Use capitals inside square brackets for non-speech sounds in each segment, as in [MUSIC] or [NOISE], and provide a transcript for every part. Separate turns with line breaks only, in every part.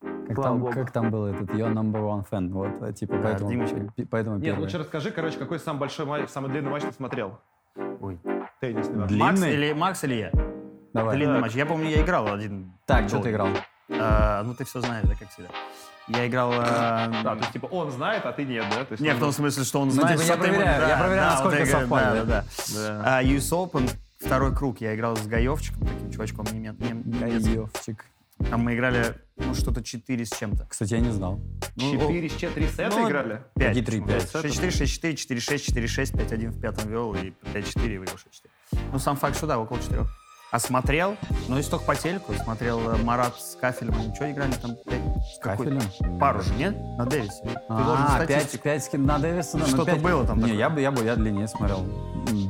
Как
Слава
там,
богу.
как там был этот Yo number one fan? Вот, а, типа,
Да,
поэтому,
Димочка.
пи- поэтому
Нет,
первый.
лучше расскажи, короче, какой самый большой матч, самый длинный матч ты смотрел?
Ой.
Теннисный матч.
Длинный?
Макс или, Макс или я?
Давай.
Длинный матч. Я помню, я играл один.
Так, что
долго.
ты играл?
А, ну, ты все знаешь, да, как всегда. Я играл... а,
Да, то есть, типа, он знает, а ты нет, да? То есть,
Не,
он-
в том смысле, что он
типа,
знает,
я
что ты ему-
проверяю,
да,
я проверяю,
да,
насколько
вот я говорю,
совпали,
Да, да,
Да.
да. А, US Open, второй круг, я играл с Гаевчиком, таким чувачком неме- нем- немецким.
Кайфчик.
Там мы играли, ну, что-то 4 с чем-то.
Кстати, я не знал.
Ну,
Четыре с четыре сета
ну,
играли?
5.
Какие три, пять?
6-4, 6-4, 4-6, 4-6, 5-1 в пятом вел и 5-4 выиграл 6-4. Ну, сам факт, что да, около четырех. А смотрел, ну, если только по телеку, смотрел э, Марат с Кафелем, они что играли там? пять- какой-то
Кафелем?
Пару же, нет? На Дэвисе. Ты должен
А,
статистику.
5, 5 на Дэвиса, да, ну,
Что-то
пять-
было там
Не,
такое.
я бы, я бы, я длиннее смотрел.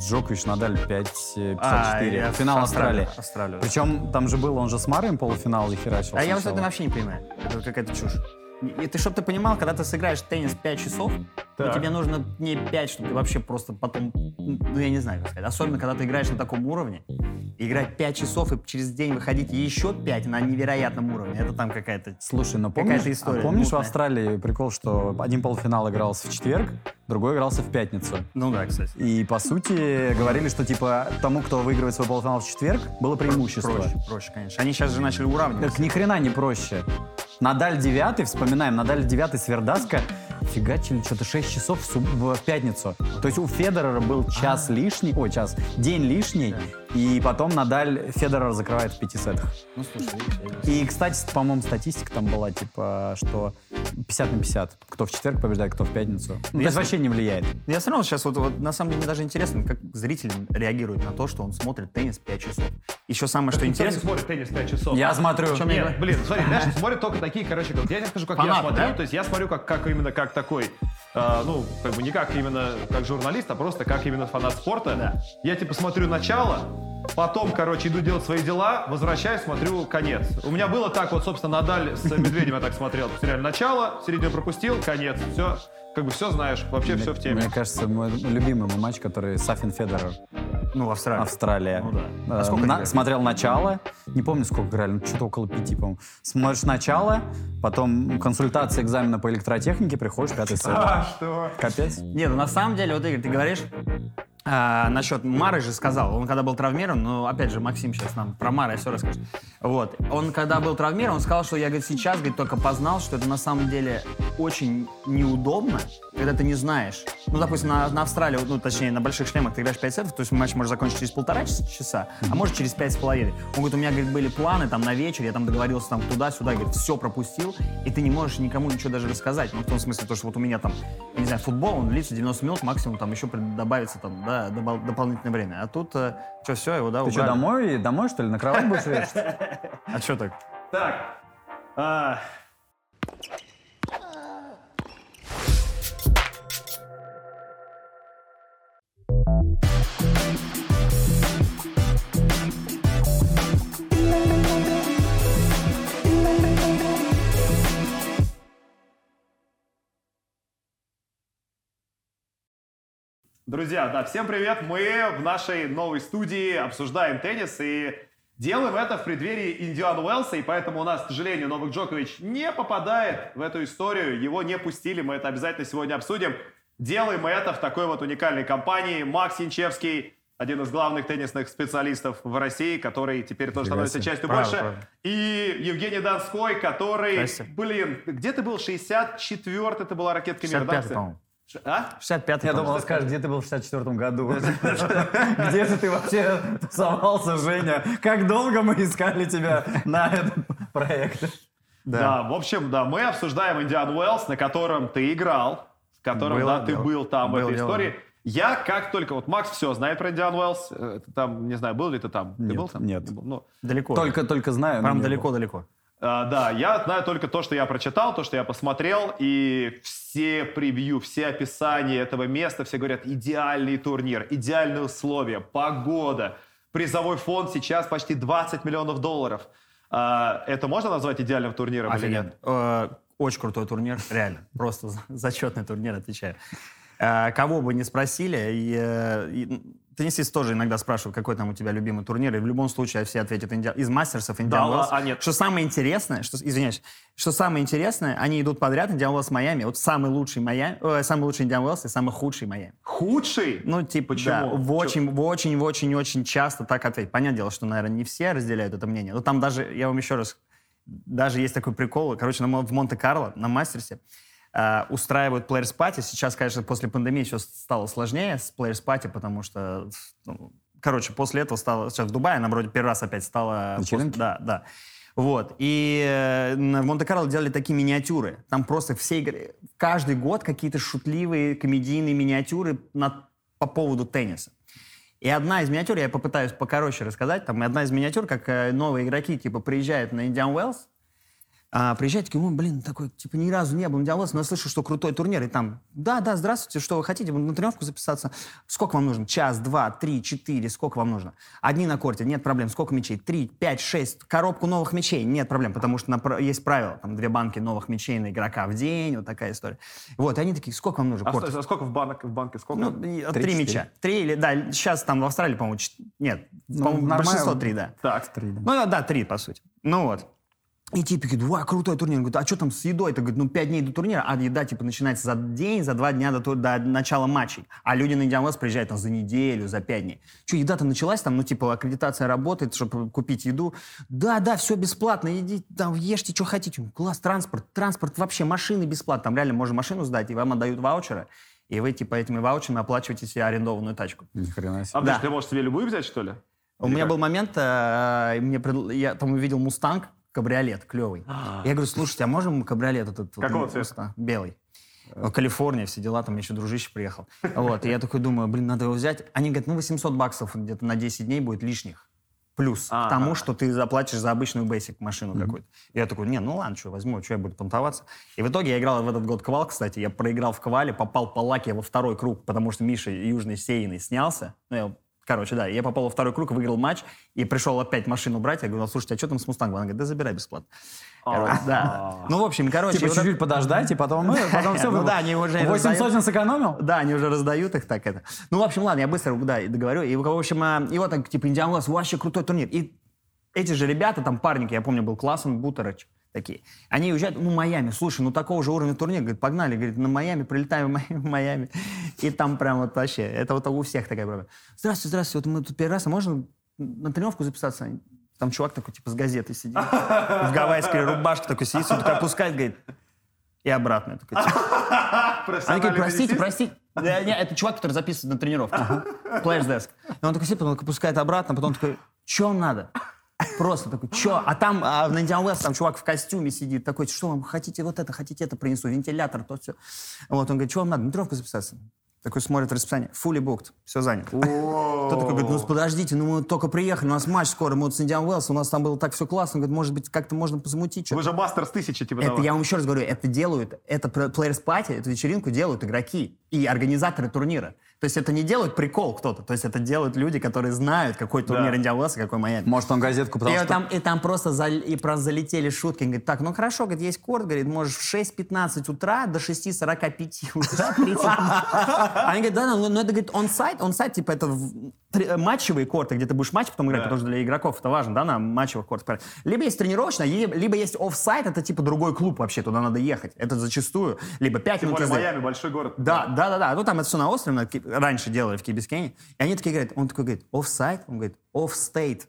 Джокович, Надаль 5-54.
А, я-
Финал Австралии.
Австралию.
Причем там же был, он же с Марием полуфинал и херачил.
А я вот
сначала.
это вообще не понимаю. Это какая-то чушь. И ты, чтобы ты понимал, когда ты сыграешь в теннис 5 часов, то
Так.
тебе нужно дней 5, чтобы ты вообще просто потом, ну я не знаю, как сказать. Особенно, когда ты играешь на таком уровне, играть 5 часов и через день выходить еще 5 на невероятном уровне, это там какая-то...
Слушай, ну
Какая-то
помнишь,
история
а помнишь в
мутная.
Австралии прикол, что один полуфинал игрался в четверг, другой игрался в пятницу.
Ну да, кстати.
И по сути говорили, что типа тому, кто выигрывает свой полуфинал в четверг, было преимущество.
Проще, проще, конечно. Они сейчас же начали
Так
уравнивать.
ни хрена не проще. Надаль 9, вспоминаем, Надаль 9 Свердаска фигачили что-то 6 часов в, суб- в пятницу. То есть у Федерера был час лишний, ой, час, день лишний, и потом Надаль Федерера закрывает в пяти сетах.
Ну слушай, видишь, я не знаю.
И, кстати, по-моему, статистика там была, типа, что 50 на 50. Кто в четверг побеждает, кто в пятницу. Ну, то есть
Если-
вообще не влияет.
Я все равно сейчас вот, вот на самом деле мне даже интересно, как зритель реагирует на то, что он смотрит теннис 5 часов. Еще самое, что
ну,
Никто не
интересно,
смотрит теннис 5 часов.
Я смотрю.
А Чем я
Нет,
играю?
блин, смотри, знаешь, смотрят только такие, короче, как я не скажу, как я
Фанаты,
смотрю,
да?
то есть я смотрю как, как именно как такой, э, ну, как бы не как именно как журналист, а просто как именно фанат спорта. Я типа смотрю начало, потом, короче, иду делать свои дела, возвращаюсь, смотрю конец. У меня было так вот, собственно, Надаль с Медведем я так смотрел. То есть реально начало, середину пропустил, конец, все, как бы все знаешь, вообще все в теме.
Мне кажется, мой любимый мой матч, который Сафин Федерер,
ну, в Австралии.
Австралия.
Ну да. А
Э,
сколько
на-
играли?
смотрел начало, не помню, сколько играли, ну, что-то около пяти, по-моему. Смотришь начало, потом консультация экзамена по электротехнике, приходишь, пятый сет.
А, что?
Капец.
Нет, ну на самом деле, вот, Игорь, ты говоришь а, насчет Мары же сказал, он когда был травмирован, ну, опять же, Максим сейчас нам про Мара все расскажет. Вот, он когда был травмирован, он сказал, что я, говорит, сейчас, говорит, только познал, что это на самом деле очень неудобно, когда ты не знаешь. Ну, допустим, на, на Австралии, ну, точнее, на больших шлемах ты играешь 5 сетов, то есть матч может закончиться через полтора часа, часа, а может через пять с половиной. Он говорит, у меня, говорит, были планы там на вечер, я там договорился там туда-сюда, говорит, все пропустил, и ты не можешь никому ничего даже рассказать. Ну, в том смысле, то, что вот у меня там, я не знаю, футбол, он длится 90 минут, максимум там еще пред- добавится там, да, добав- дополнительное время. А тут, что, все, его, да,
Ты что,
убрали.
домой, домой, что ли, на кровать будешь
[LAUGHS]
вешать?
А что так?
Так. а, Друзья, да, всем привет! Мы в нашей новой студии обсуждаем теннис и делаем это в преддверии Индиан Уэлса, и поэтому у нас, к сожалению, Новак Джокович не попадает в эту историю, его не пустили, мы это обязательно сегодня обсудим. Делаем мы это в такой вот уникальной компании. Макс Янчевский, один из главных теннисных специалистов в России, который теперь тоже
Нифига
становится
себе.
частью
Правда,
больше.
правда.
И Евгений Донской, который,
Здрасте.
блин, где ты был? 64-й это была ракетка мира, да?
65-й, по-моему.
Ш- А?
65-й,
Я
по-моему.
думал, скажешь, где ты был в 64-м
[LAUGHS]
году? [LAUGHS] Где же ты вообще тусовался, Женя? Как долго мы искали тебя на этот проект?
Да. в общем, да, мы обсуждаем Индиан Уэллс, на котором ты играл, в котором,
Было
да, ты
дело.
был там в
Было
этой
дело,
истории. Я как только... Вот Макс все знает про Индиан Уэллс. э, ты Там, не знаю, был ли ты там? ты
Нет,
был там?
нет.
Не был, ну,
Далеко.
Только, только знаю. ну, но
Прям
не был.
далеко-далеко.
а, да, я знаю только то, что я прочитал, то, что я посмотрел, и все превью, все описания этого места, все говорят, идеальный турнир, идеальные условия, погода, призовой фонд сейчас почти 20 миллионов долларов. А, это можно назвать идеальным турниром или нет?
Офигенно. Э, Очень крутой турнир, реально. Просто за- зачетный турнир, отвечаю. Э, Кого бы не спросили, и, э, и, теннисист тоже иногда спрашивают, какой там у тебя любимый турнир, и в любом случае все ответят «Индиа- из мастерсов Индиан
ла-
Уэллс».
а, нет.
Что самое интересное, что, извиняюсь, что самое интересное, они идут подряд, Индиан Уэллс Майами, вот самый лучший Майами, э, самый лучший Индиан Уэллс и самый худший Майами.
Худший?
Ну, типа,
Почему?
да, в
Чё?
очень, в очень, в очень, очень часто так ответить. Понятное дело, что, наверное, не все разделяют это мнение. Но там даже, я вам еще раз, даже есть такой прикол. Короче, на Мон- в Монте-Карло, на мастерсе, э, устраивают Players Party. Сейчас, конечно, после пандемии все стало сложнее с Players Party, потому что, ну, короче, после этого стало... Сейчас в Дубае, она вроде первый раз опять стала...
Вечеринки?
Да, да. Вот. И э, на- в Монте-Карло делали такие миниатюры. Там просто все игры... Каждый год какие-то шутливые комедийные миниатюры на- по поводу тенниса. И одна из миниатюр, я попытаюсь покороче рассказать, там одна из миниатюр, как э, новые игроки, типа, приезжают на Индиан Уэллс, а, приезжают, такие, «Ой, блин, такой, типа, ни разу не был на Индиан Уэллс, но я слышу, что крутой турнир, и там, да, да, здравствуйте, что вы хотите, на тренировку записаться, сколько вам нужно, час, два, три, четыре, сколько вам нужно, одни на корте, нет проблем, сколько мячей, три, пять, шесть, коробку новых мячей, нет проблем, потому что на пра- есть правило, там, две банки новых мячей на игрока в день, вот такая история. Вот, и они такие, сколько вам нужно,
А,
корт?
сто- а сколько в, банок, в банке? Сколько?
Ну, и- три,
четыре.
мяча. Три или, да, сейчас там в Австралии, по-моему, чет- нет,
Ну,
по-моему,
нормально.
большинство три, да.
так.
Три, да.
Ну да, да, три, по сути. Ну вот. И типа говорит, ва, крутой турнир. Говорит, а что там с едой? Это говорит, ну пять дней до турнира, а еда типа начинается за день, за два дня до, тур- до начала матчей. А люди на Индиан Уэллс приезжают там за неделю, за пять дней. Что, еда-то началась там, ну типа аккредитация работает, чтобы купить еду. Да, да, все бесплатно, идите там, ешьте, что хотите. Класс, транспорт, транспорт, вообще машины бесплатно. Там реально можно машину сдать, и вам отдают ваучеры. И вы типа этими ваучерами оплачиваете себе арендованную тачку.
Ни хрена себе.
А подожди,
да.
ты можешь себе любую взять, что ли?
У
Или
меня
как?
был момент, э, и мне предл- я там увидел мустанг, кабриолет клевый. Я говорю, слушайте, а можем кабриолет этот? вот,
Какого
ну,
цвета?
Мустанг? Белый. Э, Калифорния, все дела, там еще дружище приехал. Вот, и я такой думаю, блин, надо его взять. Они говорят, ну 800 баксов где-то на 10 дней будет лишних. Плюс к тому,
Ага.
что ты заплатишь за обычную бейсик машину какую-то. Я такой, не, ну ладно, что возьму, что я буду понтоваться. И в итоге я играл в этот год квал, кстати. Я проиграл в квале, попал по лаке во второй круг, потому что Миша Южный Сеянный снялся. Ну, я- короче, да, я попал во второй круг, выиграл матч, и пришел опять машину брать. Я говорю, слушайте, а что там с Мустангом? Она говорит, да забирай бесплатно.
А.
Короче, Да. Ну, в общем, короче...
Типа
вот это-
чуть-чуть подождать, и потом, ну, [LAUGHS] потом все.
Ну да, они уже это
8
сдают.
сотен сэкономил?
Да, они уже раздают их так это. Ну, в общем, ладно, я быстро, да, и договорю. И, в общем, а, и вот так, типа, Индиан Уэллс, вообще крутой турнир. И эти же ребята, там парники, я помню, был Классен, Бутерыч, такие. Они уезжают, ну, Майами, слушай, ну, такого же уровня турнир, говорит, погнали, говорит, на Майами, прилетаем в Май- в Майами. И там прям вот вообще, это вот у всех такая проблема. Здравствуйте, здравствуйте, вот мы тут первый раз, а можно на тренировку записаться? Там чувак такой, типа, с газетой сидит, в гавайской рубашке такой сидит, вот так опускает, говорит, и обратно. Я такой, типа, она говорит, простите, простите. Да, не, это чувак, который записывает на тренировке. Players Desk. И он такой сидит, потом пускает обратно, потом такой, что вам надо? Просто такой, что? А там а, на Индиан Уэллс там чувак в костюме сидит, такой, что вам хотите вот это, хотите это, принесу, вентилятор, то все. Вот, он говорит, что вам надо, на тренировку записаться? Такой смотрит расписание, fully booked, все занято. Кто такой говорит, ну подождите, ну мы только приехали, у нас матч скоро, мы вот с Индиан Уэллс, у нас там было так все классно, говорит, может быть, как-то можно позамутить что-то.
Вы же мастерс тысячи, типа
Это
того.
я вам еще раз говорю, это делают, это Players Party, эту вечеринку делают игроки и организаторы турнира. То есть это не делают прикол кто-то, то есть это делают люди, которые знают, какой турнир
Да.
Индиан Уэллс и какой Майами.
Может, он газетку, потому
и,
что...
там, и там просто, зал- и просто залетели шутки. Он говорит, так, ну хорошо, говорит, есть корт, говорит, можешь в 6.15 утра до 6.45 [LAUGHS] утра прийти. Они говорят, да, да, ну, но это, говорит, он-сайт, он-сайт, типа, это в- тре- матчевые корты, где ты будешь матч потом играть,
Да.
потому что для игроков это важно, да, на матчевых кортах. Либо есть тренировочная, е- либо есть офсайт, это, типа, другой клуб вообще, туда надо ехать. Это зачастую, либо 5
Тем
минут
более
езды.
Майами, большой город.
Да, да, да, да. Ну там это все на острове, на Ки- раньше делали в Кибискене. И они такие говорят, он такой говорит, офсайт, он говорит, офстейт.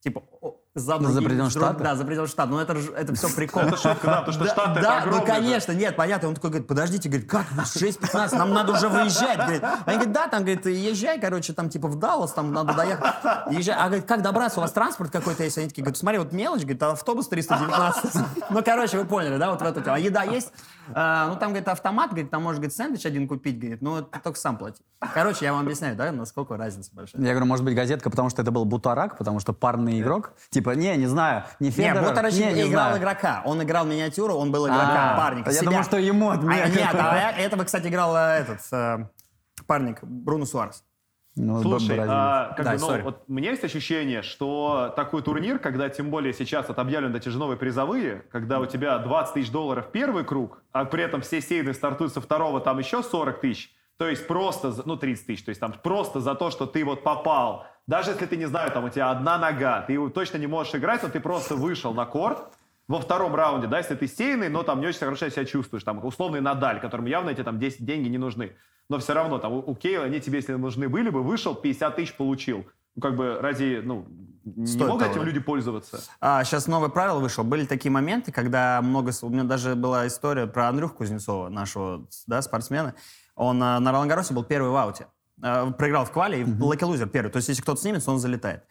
Типа, о- за,
Ну, за
другим-
пределы
с друг-
штата?
Да, за пределы штата. Ну это, ж- [LAUGHS] это все прикол.
Это шутка, да, потому что штаты это
Да, ну
огромное же.
конечно, нет, понятно. И Он такой говорит, подождите, говорит, как, 6.15, нам надо уже выезжать. Говорит. Они говорят, да, там, говорит, езжай, короче, там типа в Даллас, там надо доехать. Езжай. А говорит, как добраться, у вас транспорт какой-то есть? Они такие говорят, смотри, вот мелочь, говорит, а автобус 319. Ну, короче, вы поняли, да, вот в эту тему. А еда есть? А, ну, там, говорит, автомат, говорит, там можешь, говорит, сэндвич один купить, говорит, ну, ты только сам плати. Короче, я вам объясняю, да, насколько разница большая.
Я говорю, может быть, газетка, потому что это был Бутарак, потому что парный игрок. Типа, не, не знаю, не
Не,
Федоров,
Бутарыч
не, не
играл
знаю.
игрока. Он играл миниатюру, он был игроком,
А,
парника.
я
себя.
думал, что ему от меня
А, Нет,
какой-то.
а э- этого, кстати, играл э, этот э, парник Бруно Суарес.
[LAUGHS] Ну,
Слушай,
Бразилия.
а, как
Да,
бы, ну,
sorry.
вот у меня есть ощущение, что такой турнир, когда тем более сейчас вот объявлены эти же новые призовые, когда у тебя 20 тысяч долларов первый круг, а при этом все сейды стартуют со второго, там еще 40 тысяч, То есть просто, за- ну, 30 тысяч, то есть там просто за то, что ты вот попал, даже если ты, не знаю, там у тебя одна нога, ты его точно не можешь играть, но ты просто вышел на корт во втором раунде, да, если ты сеянный, но там не очень хорошо себя чувствуешь, там условный Надаль, которому явно эти там 10 деньги не нужны. Но все равно там у, у Кейла они тебе, если нужны были бы, вышел, 50 тысяч получил. Ну, как бы ради, ну, не
Стоит
могут
того,
этим
да.
люди пользоваться.
сейчас А, новое правило вышло. Были такие моменты, когда много... с- У меня даже была история про Андрюху Кузнецова, нашего да, спортсмена. Он а, на Ролангаросе был первый в ауте. А, проиграл в квале и лаки-лузер первый. То есть если кто-то снимется, он залетает.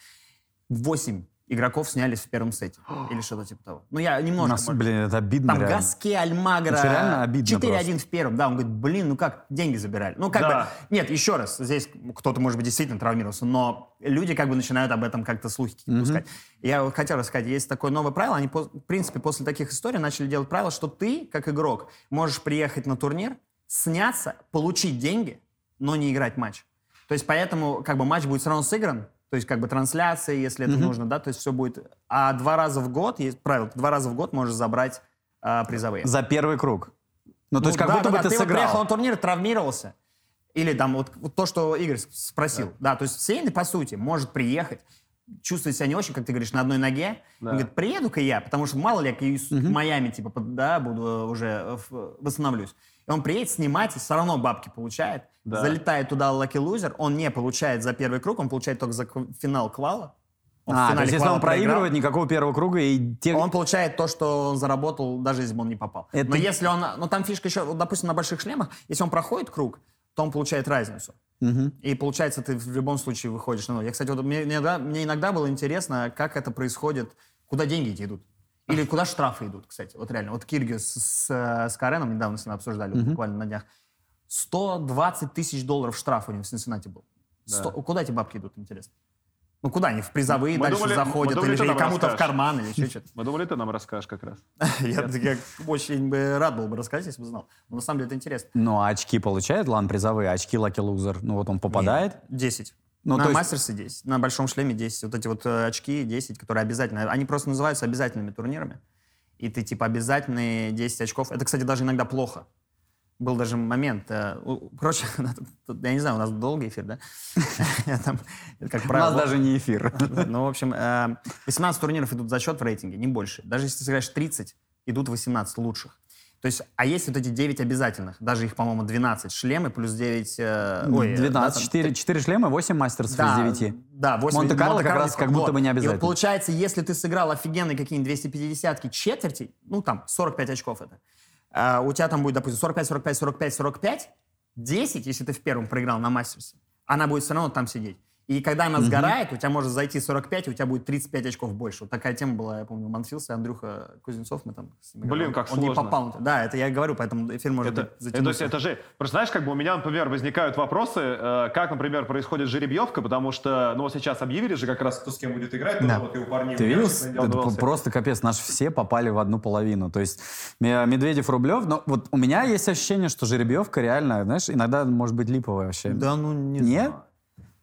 Восемь игроков снялись в первом сете. Или что-то типа того. Ну, я немножко...
Нас,
может,
блин, это обидно
Там
реально.
Гаски, Альмагра.
Это реально обидно
4-1 в первом. Да, он говорит, блин, ну как, деньги забирали. Ну как
Да.
бы, нет, еще раз, здесь кто-то, может быть, действительно травмировался, но люди как бы начинают об этом как-то слухи какие-то пускать. Я вот хотел рассказать, есть такое новое правило, они, пос- в принципе, после таких историй начали делать правило, что ты, как игрок, можешь приехать на турнир, сняться, получить деньги, но не играть матч. То есть поэтому как бы матч будет все равно сыгран, то есть как бы трансляции, если это нужно, да, то есть все будет. А два раза в год, есть правило, два раза в год можешь забрать а, призовые.
За первый круг. Ну, то есть как
да,
будто
да,
бы
да,
ты
вот приехал
сыграл.
на турнир, травмировался. Или там вот, вот то, что Игорь с- спросил. Да, то есть Сейн, по сути, может приехать, чувствовать себя не очень, как ты говоришь, на одной ноге.
Да.
Он говорит, приеду-ка я, потому что мало ли я к Юс- в Майами, типа, под- да, буду уже э, в- восстановлюсь. И он приедет снимать, и все равно бабки получает.
Да.
Залетает туда лаки лузер, он не получает за первый круг, он получает только за кв- финал квала. Он в
А, то
финале
есть если он
квала проиграл.
проигрывает, никакого первого круга и те...
Он получает то, что он заработал, даже если бы он не попал.
Это-
Но если он... Ну, там фишка еще, вот, допустим, на больших шлемах, если он проходит круг, то он получает разницу.
Мгм.
И получается, ты в любом случае выходишь на ноль. Я, кстати, вот мне, иногда- мне иногда было интересно, как это происходит, куда деньги эти идут. Или куда штрафы идут, кстати. Вот реально. Вот Киргиз с, э, с, Кареном недавно с ним обсуждали, вот буквально на днях. 120 тысяч долларов штраф у него в Сенсенате был. Сто- куда эти бабки идут, интересно? Ну куда они? В призовые
Мы
дальше
думали- мы
заходят?
думали,
или
ты
или
нам
кому-то в
расскажешь.
карман, или еще что-то?
Мы думали, ты нам расскажешь как раз.
Я, я очень бы рад был бы рассказать, если бы знал. Но на самом деле это интересно.
Ну, а очки получает Лан призовые, а очки Лаки Лузер. Ну, вот он попадает.
10.
Ну,
на
то есть-
мастерсе 10, на большом шлеме 10. Вот эти вот э, очки 10, которые обязательно. Они просто называются обязательными турнирами. И ты типа обязательные 10 очков. Это, кстати, даже иногда плохо. Был даже момент. э, у- Короче, [LAUGHS] я не знаю, у нас долгий эфир, да? [LAUGHS] Я там, как
У нас
правило,
даже не эфир.
Ну, в общем, э, 18 турниров идут за счет в рейтинге, не больше. Даже если ты сыграешь 30, идут 18 лучших. То есть, а есть вот эти 9 обязательных, даже их, по-моему, 12 шлемы плюс 9... э, [LAUGHS] ой, э, да,
12,
там-
4, 4 шлема, 8 мастерс
да,
из 9.
Да, 8
Монте-Карло как раз как будто бы не
И
обязательно.
вот получается, если ты сыграл офигенные какие-нибудь 250 четверти, ну там 45 очков это, а, у тебя там будет, допустим, 45, 45, 45, 45, 10, если ты в первом проиграл на мастерсе, она будет все равно там сидеть. И когда она сгорает, у тебя может зайти 45, и у тебя будет 35 очков больше. Вот такая тема была, я помню, у Манфилса, Андрюха Кузнецов, мы там... с ним
Блин,
играли.
как
Он не
сложно.
попал. Да, это я и говорю, поэтому эфир может
Это,
быть
это, то есть
затянулся.
это же... Просто знаешь, как бы у меня, например, возникают вопросы, э, как, например, происходит жеребьевка, потому что, ну, вот сейчас объявили же как раз, кто с кем будет играть, ну,
Да.
вот и у парней...
Ты
у
видел?
девочек на Индиан
Это
Уэллсе.
просто капец, наши все попали в одну половину. То есть Ме- Медведев, Рублев, но вот у меня есть ощущение, что жеребьевка реально, знаешь, иногда может быть липовая вообще.
Да, ну не
Нет?
знаю.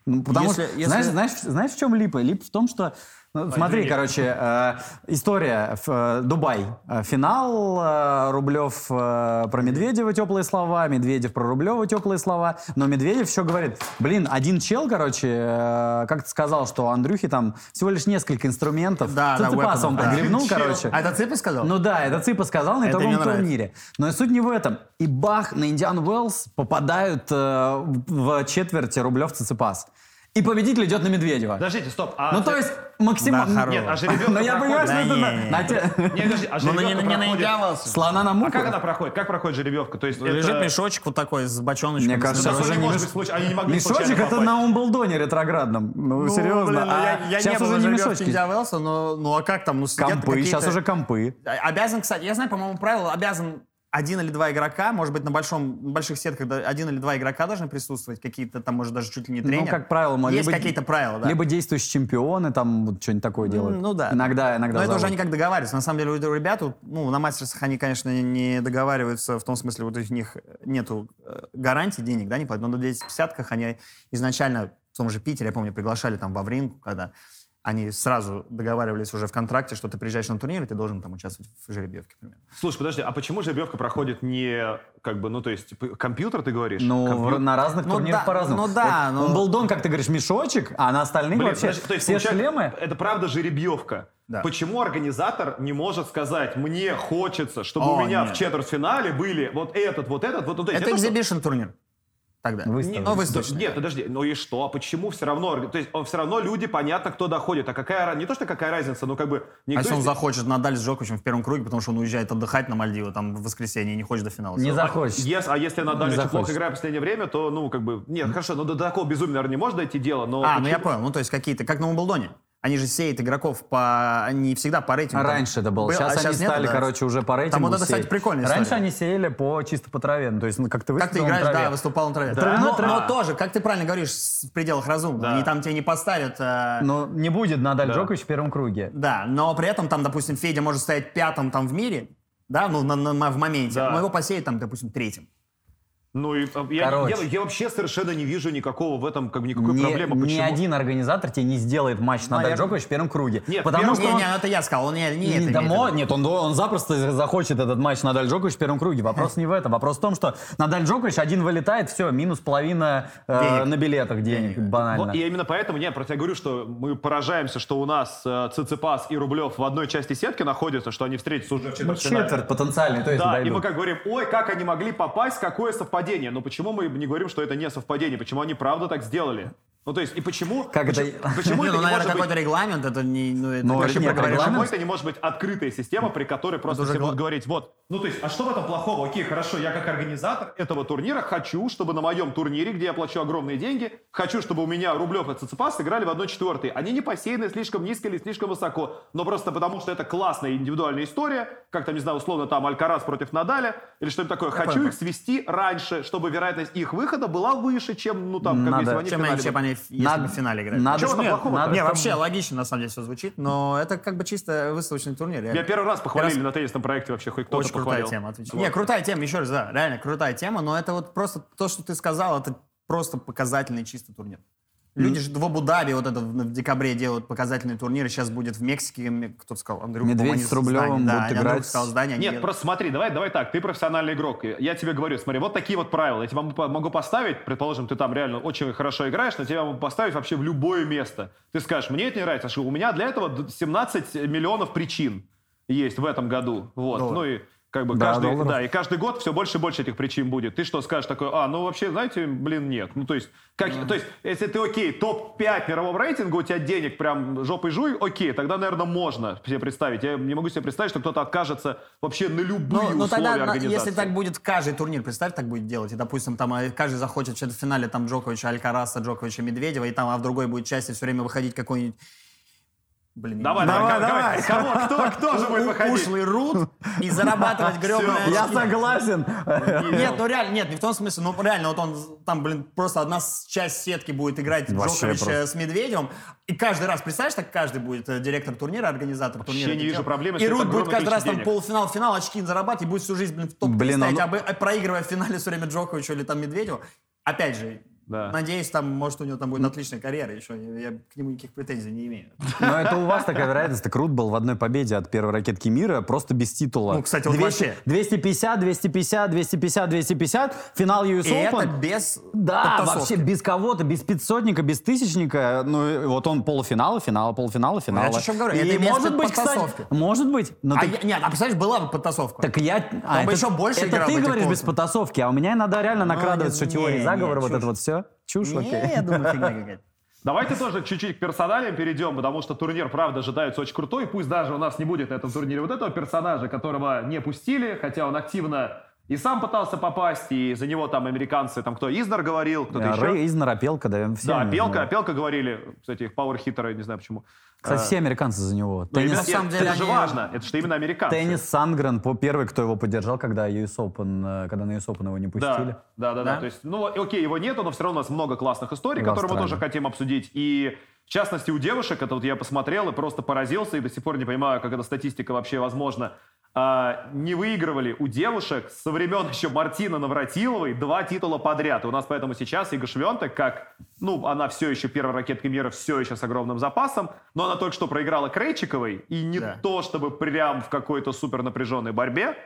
Ну, потому
Если-
что,
если-
Знаешь, знаешь, знаешь, в чем липа? Лип в том, что... ну, смотри,
нет.
короче, э, история. Ф- э, Дубай. Э, Финал. э, Рублев э, про Медведева теплые слова, Медведев про Рублева теплые слова. Но Медведев все говорит. Блин, один чел, короче, э, как ты сказал, что у Андрюхи там всего лишь несколько инструментов.
Да, да,
Циципаса
weapon,
он
да.
подгребнул,
Чел.
короче.
А это Цыпа сказал?
Ну да, это Цыпа сказал на
Это
итоговом
мне нравится.
турнире. Но и суть не в этом. И бах, на Индиан Уэллс попадают э, в в четверти рублев Циципас. И победитель идет на Медведева.
Подождите, стоп. А
ну то есть максимально... [LAUGHS]
Да, хоро-
Нет, а жеребьевка
Но я понимаю, что
Да
это...
не,
на-
не, не.
на те- [LAUGHS]
Нет, подожди, а
[LAUGHS] Ну,
жеребьевка
на- не- не
проходит-
наигрывался.
Слона на
А
муху.
как она проходит? Как проходит жеребьевка? То есть
Лежит
это...
мешочек вот такой с бочоночком.
Мне кажется,
Да,
сейчас
Сейчас
уже не
уже не может
меш-
быть случай. Они не могли
Мешочек
случайно
это
попасть.
на Умблдоне ретроградном. Ну,
Ну,
серьезно.
блин, ну,
а
я, я
сейчас
не был
уже
на
не
жеребьевке
мешочки.
Индиа Уэллса, но, ну а как там? Ну, сидят
Компы, сейчас
какие-то-
уже компы.
А- Обязан, кстати, я знаю, по-моему, правило, обязан один или два игрока, может быть, на большом, на больших сетках да, один или два игрока должны присутствовать, какие-то там, может, даже чуть ли не тренер.
Ну, как правило, мы
Есть
либо-
какие-то правила, Ну да.
Либо действующие чемпионы, там вот что-нибудь такое делают.
М, Ну да.
Иногда, иногда
Но это уже
зовут.
они как договариваются. На самом деле у ребят, вот, ну, на мастерсах они, конечно, не договариваются в том смысле, вот у них нету э, гарантий денег, да, не платят. Но на 250-ках они изначально в том же Питере, я помню, приглашали там Вавринку, когда они сразу договаривались уже в контракте, что ты приезжаешь на турнир, и ты должен там участвовать в жеребьевке, например.
Слушай, подожди, а почему жеребьевка проходит не как бы, ну то есть типа, компьютер, ты говоришь?
Ну,
Компьютер?
в- на разных
Ну
турнирах
да,
по-разному.
ну да,
Вот
ну-
Он был дон, как ты говоришь, мешочек, а на остальных
Блин,
вообще
подожди, то есть
все
получается,
шлемы.
Это правда жеребьевка.
Да.
Почему организатор не может сказать, мне хочется, чтобы
О,
у меня
нет.
в четвертьфинале были вот этот, вот этот, вот, ну, вот эти».
Это
что-
экзибишн турнир. Тогда.
Выставочный.
Ну,
Да,
выставочный.
Нет, подожди, ну и что? А Почему все равно? орг- То есть он все равно люди, понятно, кто доходит. А какая ра- не то, что какая разница, но как бы
А
никто
если
из-
он захочет Надаль с Джоковичем в первом круге, потому что он уезжает отдыхать на Мальдивы там в воскресенье и не хочет до финала.
Не
Всё.
захочешь.
Ес- а если Надаль очень
захочет.
плохо играет в последнее время, то, ну, как бы, нет, хорошо, ну до до такого безумия, наверное, не может дойти дело, но...
А,
почему-
ну я понял. Ну, то есть какие-то, как на Умблдоне. Они же сеют игроков по... Они всегда по рейтингу.
Раньше это было.
Был-
Сейчас
а
они
щас нет,
стали,
да.
короче, уже по рейтингу
Там вот это, кстати,
сеять.
прикольная история.
Раньше они сеяли по чисто по траве. Ну, То есть, ну, как ты
Как ты
выступил на
играешь,
траве.
да, выступал на траве.
Да.
но,
Трава.
но тоже, как ты правильно говоришь, с- в пределах разумного.
Да.
Они там тебе не поставят... э,
Но Ну, не будет Надаль
Да.
Джокович в первом круге.
Да, но при этом там, допустим, Федя может стоять пятым там в мире, да, ну, на- на- в моменте,
Да.
но его посеют там, допустим, третьим.
Ну, и, а, я,
Короче.
я- я вообще совершенно не вижу никакого в этом, как бы, никакой
ни,
проблемы.
ни
Почему?
один организатор тебе не сделает матч Надаль
Наверное.
Джокович в первом круге.
Нет,
потому
первый-
что
не,
он-
не, ну, это я сказал, он не, не это
Не
имеет в
домо-
виду.
Нет, он, он запросто захочет этот матч Надаль Джокович в первом круге. Вопрос не в этом. Вопрос в том, что Надаль Джокович один вылетает, все, минус половина э,
Денег.
на билетах денег, Ну, банально.
Вот, и именно поэтому я про тебя говорю, что мы поражаемся, что у нас э, Циципас и Рублев в одной части сетки находятся, что они встретятся уже в
Ну,
четвертьфинале.
четверть потенциальный, то есть
Да, и
дойдут.
мы как говорим, ой, как они могли попасть, какое совпадение. Но почему мы не говорим, что это не совпадение? Почему они правда так сделали? Ну то есть, и почему...
Как это-
почему, почему
[LAUGHS] Не,
это
ну,
не
наверное,
может быть-
какой-то регламент, это не... Ну, это
Ну,
вообще
нет,
проговоришь.
регламент-
Почему это не может быть открытая система, при которой просто
уже
все
Ну, гла-
будут говорить, вот, ну то есть, а что в этом плохого? Окей, хорошо, я как организатор этого турнира хочу, чтобы на моем турнире, где я плачу огромные деньги, хочу, чтобы у меня Рублев и Цицепас сыграли в 1-4. Они не посеяны слишком низко или слишком высоко, но просто потому, что это классная индивидуальная история, как там, не знаю, условно, там Алькарас против Надаля или что-нибудь такое. Хочу
понял.
их свести раньше, чтобы вероятность их выхода была выше, чем, ну там, как
Надо.
если бы они в
Чем
финале
они, чем
были.
они, если
Надо-
бы в финале играют.
надо-
Почему
Чего там
нет?
плохого-то?
надо,
Не,
чтобы-
вообще логично, на самом деле, все звучит, но это как бы чисто выставочный турнир. реально.
Меня первый раз похвалили
Раз-
на теннисном проекте вообще, хоть кто-то
Очень крутая
похвалил.
тема, отвечаю.
Вот.
Не, крутая тема, еще раз, да, реально крутая тема, но это вот просто то, что ты сказал, это просто показательный чисто турнир. Люди же в Абу-Даби вот это в в декабре делают показательные турниры, сейчас будет в Мексике, мне кто-то сказал, Андрюх,
Медведь
по-моему,
с
они
Рублевым
здание, да,
будут
Андрюха
играть.
сказал здание. они
Нет,
делают.
просто смотри, давай, давай так, ты профессиональный игрок, и я тебе говорю, смотри, вот такие вот правила, я тебя м- могу поставить, предположим, ты там реально очень хорошо играешь, но тебя могу поставить вообще в любое место. Ты скажешь, мне это не нравится, что у меня для этого д- 17 миллионов причин есть в этом году, вот,
Долларов.
ну и как бы
Да,
каждый,
долларов.
да, и каждый год все больше и больше этих причин будет. Ты что скажешь такое, а, ну вообще, знаете, блин, нет. Ну то есть, как, то есть, если ты окей, топ-5 мирового рейтинга, у тебя денег прям жопой жуй, окей, тогда, наверное, можно себе представить. Я не могу себе представить, что кто-то откажется вообще на
Ну,
любые
ну,
условия
тогда, на-
организации.
если так будет каждый турнир, представь, так будет делать. И, допустим, там э, каждый захочет в четвертьфинале там Джоковича Алькараса, Джоковича Медведева, и там, а в другой будет части все время выходить какой-нибудь... Блин, я
Давай,
не
давай,
знаю.
давай. Кого, кто, кто же будет выходить?
Ушлый рут и
[LAUGHS]
зарабатывать гребаные
Я
очки.
согласен. [LAUGHS]
Нет, ну реально, нет, не в том смысле, ну реально, вот он там, блин, просто одна с- часть сетки будет играть
Вообще
Джокович
просто.
э, с Медведевым, и каждый раз, представляешь, так каждый будет э, директор турнира, организатор турнира.
не
это
вижу
делать.
проблемы,
И
если
Рут
это
будет
огромное
каждый раз там
количество
полуфинал, финал, очки зарабатывать, и будет всю жизнь, блин, в топ
Блин,
стоять,
оно-
а бы- а проигрывая в финале все время Джоковичу или там Медведеву. Опять же,
Да.
Надеюсь, там, может, у него там будет отличная карьера еще. Я к нему никаких претензий не имею.
Но это у вас такая вероятность. Так Рут был в одной победе от первой ракетки мира, просто без титула.
Ну, кстати, вот вообще.
250, 250, 250, 250. Финал US
И
Open.
это без
Да,
подтасовки.
вообще без кого-то, без пятьсотника, без тысячника. Ну, и вот он полуфинала, финала, полуфинала, финала.
о чём говорю,
И
это без
может быть, кстати,
подтасовки.
может быть. Но
А
так,
я- нет, а представляешь, была бы подтасовка.
так я... а,
бы еще больше
это
играл
ты
бы этих
говоришь без
полуфинал.
подтасовки, а у меня иногда реально накрадывается,
не-
что теория
не,
заговора, вот
чушь.
это вот все. Чушь, окей.
Не, я думаю, фигня какая-то.
Давайте тоже чуть-чуть к персоналям перейдем, потому что турнир, правда, ожидается очень крутой. Пусть даже у нас не будет на этом турнире вот этого персонажа, которого не пустили, хотя он активно и сам пытался попасть, и за него там американцы, там кто, Изнер говорил, кто-то
А,
еще.
Рэй Изнер, Опелка, да, все.
Да,
они
Пелка,
знают.
Пелка говорили, кстати, их пауэрхитеры, не знаю почему.
Кстати,
Э,
все американцы за него.
ну,
Теннис,
ребят,
На самом
это
деле
же
они-
важно, это что именно американцы.
Теннис Сангрен, по- первый, кто его поддержал, когда US Open, э, когда на US Open его не пустили.
Да, да, да, да.
Да?
То есть, ну, окей, его нету, но все равно у нас много классных историй,
В
которые мы
Австралии.
тоже хотим обсудить. И в частности, у девушек, это вот я посмотрел и просто поразился, и до сих пор не понимаю, как эта статистика вообще возможна. а, не выигрывали у девушек со времен еще Мартина Навратиловой два титула подряд. И у нас поэтому сейчас Ига Швентек, как, ну, она все еще первая ракетка мира, все еще с огромным запасом, но она только что проиграла Крейчиковой, и не
Да.
то чтобы прям в какой-то супер напряженной борьбе.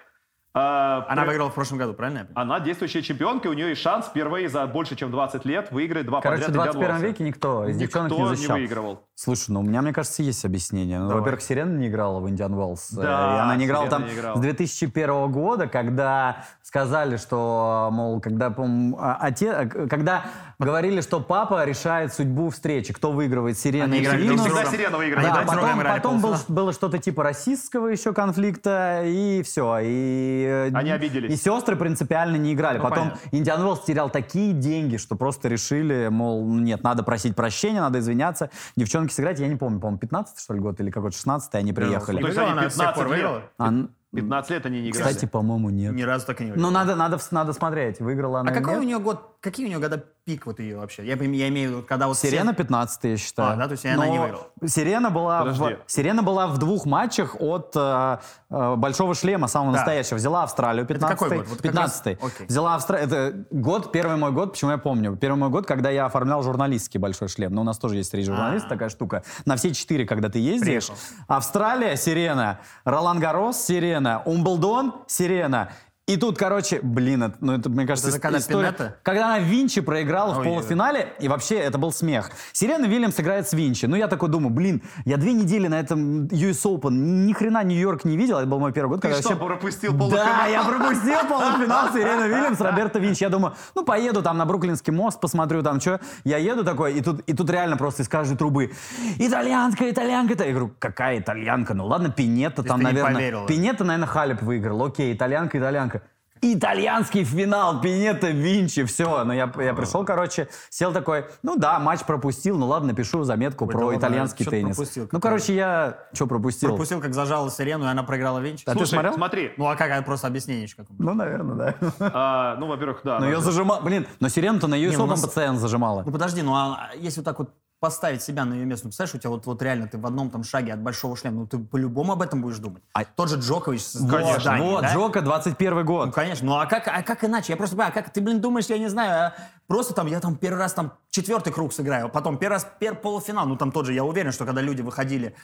А,
Она
про-
выиграла в прошлом году, правильно я понимаю?
Она действующая чемпионка, и у нее есть шанс впервые за больше, чем 20 лет выиграть два
Короче, в
подряд.
21
Индиан
веке никто из
Никто
девчонок не
не
защищал.
выигрывал.
Слушай, ну у меня, мне кажется, есть объяснение. Ну,
Давай.
во-первых, Сирена не играла в Индиан Уэллс.
Да,
Э, и она не играла
Сирена
там
не играла.
с 2001 года, когда сказали, что, мол, когда, по-моему, а- отец, а, к- когда говорили, что папа решает судьбу встречи, кто выигрывает Сирену
Они
и
И
играли
Сирину.
друг с
всегда
другом.
Сирена выиграла.
Они
Да,
друг А с другом
потом,
играли
потом был-
полуфинал.
было что-то типа расистского еще конфликта, и все. И, э,
Они обиделись.
И сестры принципиально не играли.
Ну,
потом
понятно.
Индиан Уэллс терял такие деньги, что просто решили, мол, ну нет, надо просить прощения, надо извиняться. Девчонки сыграть, я не помню, по-моему, 15 что ли, год или какой-то 16 они
И
приехали.
Ну, То есть
выиграла
они
она с тех пор
15 лет.
выиграла?
А, н-
15 лет они не играли.
кстати, по-моему, нет.
Ни разу так и не выиграла.
Ну, надо, надо, вс- надо смотреть, выиграла она
а
или
какой
нет.
у нее год, какие у нее года пик вот ее вообще? Я, пон- я имею в виду, когда вот... все-
Сирена 15 я считаю.
А, да, то есть она
Но
не выиграла.
Сирена была, в,
Подожди.
Сирена была в двух матчах от э, э, Большого Шлема, самого
Да.
настоящего. Взяла Австралию 15
какой год? Вот как раз-
15
окей.
Взяла Австралию. Это год, первый мой год, почему я помню. Первый мой год, когда я оформлял журналистский Большой Шлем. Но у нас тоже есть среди журналистов
А.
такая штука. На все четыре, когда ты ездишь.
Приехал.
Австралия, Сирена. Ролан Гарос, Сирена. Умблдон, Сирена. И тут, короче, блин, это, ну это, мне кажется,
Это
ис-
когда
история-
Пинетта?
когда она Винчи проиграла в
Ой,
полуфинале, и вообще это был смех. Сирена Вильямс играет с Винчи. Ну, я такой думаю, блин, я две недели на этом US Open ни хрена Нью-Йорк не видел. Это был мой первый год,
Ты
когда
что,
вообще...
пропустил
Да,
полуфинал?
я пропустил полуфинал Сирена Вильямс, Роберта Винч. Я думаю, ну поеду там на Бруклинский мост, посмотрю там что. Я еду такой, и тут, и тут реально просто из каждой трубы итальянка, итальянка. Я говорю, какая итальянка? Ну ладно, Пинетта там,
ты не
наверное...
поверила.
Пинетта, наверное, Халеп выиграл. Окей, итальянка, итальянка. Итальянский финал, Пинетта, Винчи, все. Но я, я пришел, короче, сел такой, ну да, матч пропустил, ну ладно, напишу заметку
Ой, да
про
ладно,
итальянский
чё-то
теннис.
пропустил,
ну,
какая-
короче, я что пропустил?
Пропустил, как зажала Сирену, и она проиграла Винчи.
Да. А ты
Слушай,
смотрел?
смотри,
Ну а как, это просто объяснение еще какое-то.
Ну, наверное, да.
а, ну, во-первых, да.
Но
надо-
ее зажимал, блин, но сирену-то на US
Не, ну, у
Open
нас-
постоянно зажимала.
Ну подожди, ну а если вот так вот поставить себя на ее место, ну, представляешь, у тебя вот, вот реально ты в одном там шаге от большого шлема, ну ты по-любому об этом будешь думать.
А-
Тот же Джокович с
Вот,
ну, Конечно,
вот, Джока 21
Ну,
год.
конечно, ну а как, а как иначе? Я просто понимаю, как ты, блин, думаешь, я не знаю, а просто там, я там первый раз там четвертый круг сыграю, а потом первый раз пер полуфинал, ну там тоже, я уверен, что когда люди выходили,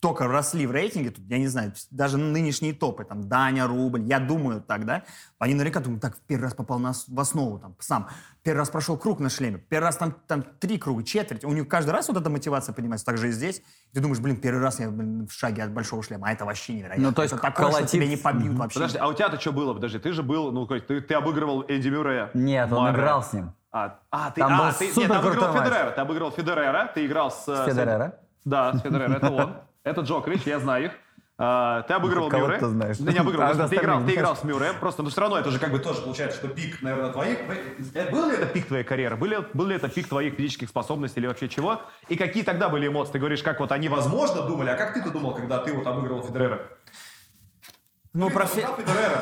только росли в рейтинге, тут, я не знаю, даже нынешние топы, там, Даня, Рубль, я думаю так, да, они наверняка думают, так, первый раз попал на, ос- в основу, там, сам, первый раз прошел круг на шлеме, первый раз там, там три круга, четверть, у них каждый раз вот эта мотивация поднимается, так же и здесь, ты думаешь, блин, первый раз я блин, в шаге от большого шлема, а это вообще невероятно.
Ну, то есть
это такое,
колотит-
что тебя не побьют вообще.
Подожди, а у тебя-то что было? Подожди, ты же был, ну, Кость, ты, ты обыгрывал Энди Мюррея.
Нет, он
Мара.
играл с ним.
А, а, ты,
Там
а,
был
ты, нет,
супер
ты обыграл
крутой матч.
Федерера. Ты обыграл Федерера, ты играл с... э,
Федерера?
Да, с Федерера, это он. Это Джокович, я знаю их. А, ты обыгрывал
Кого
Мюррея.
ты знаешь?
Ты не
А
обыгрывал, просто ты
остальных
играл, ты
знаешь?
играл с Мюрреем. Просто, ну, все равно это же как бы тоже получается, что пик, наверное, твоих... э, Был ли это пик твоей карьеры? Был ли, был ли это пик твоих физических способностей или вообще чего? И какие тогда были эмоции? Ты говоришь, как вот они, возможно, думали, а как ты-то думал, когда ты вот обыгрывал Федерера?
Ну, про Фе-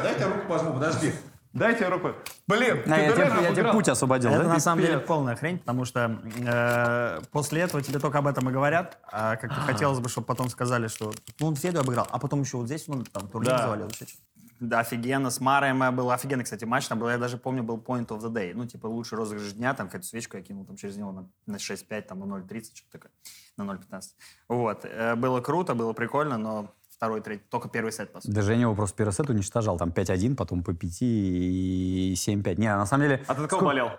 дайте руку возьму, подожди. Дайте руку. Блин,
А, Я тебе- я тебе путь освободил,
Это
да?
на самом деле полная хрень, потому что э, после этого тебе только об этом и говорят, а как-то хотелось бы, чтобы потом сказали, что ну, он Феду обыграл, а потом еще вот здесь он там турнир
Да.
завалил. еще что-то. Да, офигенно. С Мараем э, был офигенный, кстати, матч. Там был, я даже помню, был point of the day. Ну, типа, лучший розыгрыш дня. Там какую-то свечку я кинул там, через него на, на 6-5, там, на 0.30, что-то такое. На 0.15. Вот. Э, было круто, было прикольно, но второй, третий, только первый сет, по сути.
Да Женя его просто первый сет уничтожал. Там 5-1, потом по 5 и 7-5. Не, на самом деле...
А ты на кого
сколько-
болел?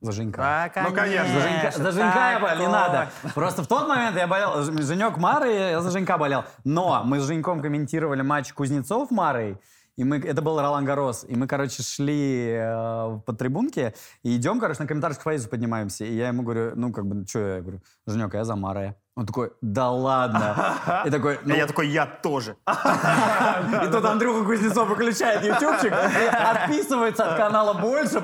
За Женька.
А?
Ну, конечно.
За Женька, за Женька я болел, не надо. Просто в тот момент я болел, Ж- Женек Мары, я за Женька болел. Но мы с Женьком комментировали матч Кузнецов Марой, и мы, это был Ролан Гарос, и мы, короче, шли э, по трибунке, и идем, короче, на комментарий к Фаизу поднимаемся, и я ему говорю, ну, как бы, что я говорю, Женек, а я за Марая. Он такой, да ладно. И такой, ну,
[LAUGHS] Я такой, я тоже.
и тут Андрюха Кузнецов выключает ютубчик, и отписывается от канала больше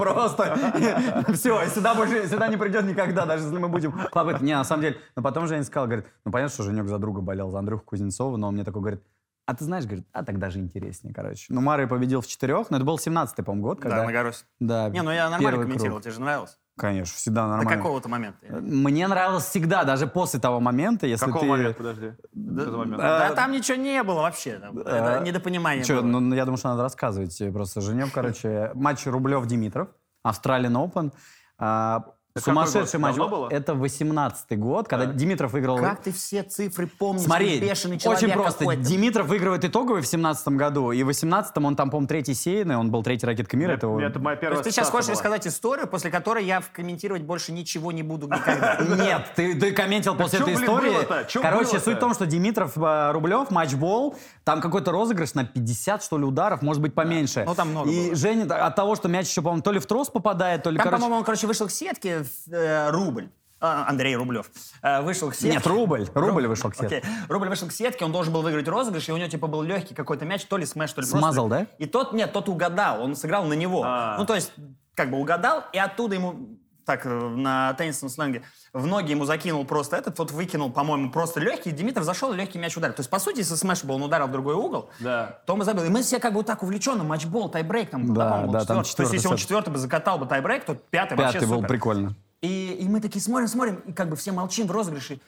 просто. Все, сюда больше, сюда не придет никогда, даже если мы будем попытки. Не, на самом деле, но потом Женя сказал, говорит, ну понятно, что Женек за друга болел, за Андрюху Кузнецова, но он мне такой говорит, а ты знаешь, говорит, а так даже интереснее, короче. Ну, Мария победил в четырех, но это был 17-й, по-моему, год, когда...
Да, на Гарусе.
Да,
Не, ну я нормально А
первый круг.
комментировал, тебе же нравилось.
Конечно, всегда
До
нормально.
какого-то момента.
Мне нравилось всегда, даже после того момента, если
Какого
ты... а,
момента, подожди? Что за момент?
Да там ничего не было вообще. там. Это недопонимание
Чё,
было.
ну, я думаю, что надо рассказывать э, просто женем. Короче, [LAUGHS] матч Рублев-Димитров, Австралиан Open. А,
Это какой
сумасшедший
год?
матч.
Давно было?
Это 18-й год, когда Димитров выиграл...
Как ты все цифры помнишь?
ну, Смотри,
ты бешеный человек
очень просто.
какой-то.
Димитров выигрывает итоговый в 17 году, и в 18 он там, по-моему, третий сеянный, он был третий ракетка мира.
Это,
это он-
это моя
То
первая
есть ты сейчас
ассоциация
хочешь
была.
рассказать историю, после которой я в- комментировать больше ничего не буду
[LAUGHS]
никогда.
Нет, ты, ты комментил после
чё,
этой
блин, было-то?
истории.
Чё
Короче,
было-то?
суть в том, что Димитров, э, Рублев, матчбол, там какой-то розыгрыш на 50, что ли, ударов, может быть, поменьше.
Ну, там много
И
было.
Женя так, от того, что мяч еще, по-моему, то ли в трос попадает, то ли,
Там,
короче...
по-моему, он, короче, вышел к сетке э, рубль. А, Андрей Рублев. Э, Вышел к сетке.
Нет, рубль. Рубль вышел к сетке.
Окей. Рубль вышел к сетке, он должен был выиграть розыгрыш, и у него типа был легкий какой-то мяч, то ли смеш, то ли просто.
Смазал, да?
И тот, нет, тот угадал, он сыграл на него.
А.
Ну, то есть, как бы угадал, и оттуда ему, так, э, на теннисном сленге, в ноги ему закинул просто этот, вот выкинул, по-моему, просто легкий, и Димитров зашел и легкий мяч ударил. То есть, по сути, если смеш был, он ударил в другой угол,
Да.
то мы забил. И мы все как бы вот так увлечены, матчбол, тайбрейк там,
Да,
по-моему, был
да, там
четвертый. То есть, если он
четвертый сет.
четвертый бы закатал бы тайбрейк, то пятый, вообще
Пятый был
супер.
прикольно.
И, и мы такие смотрим, смотрим, и как бы все молчим в розыгрыше.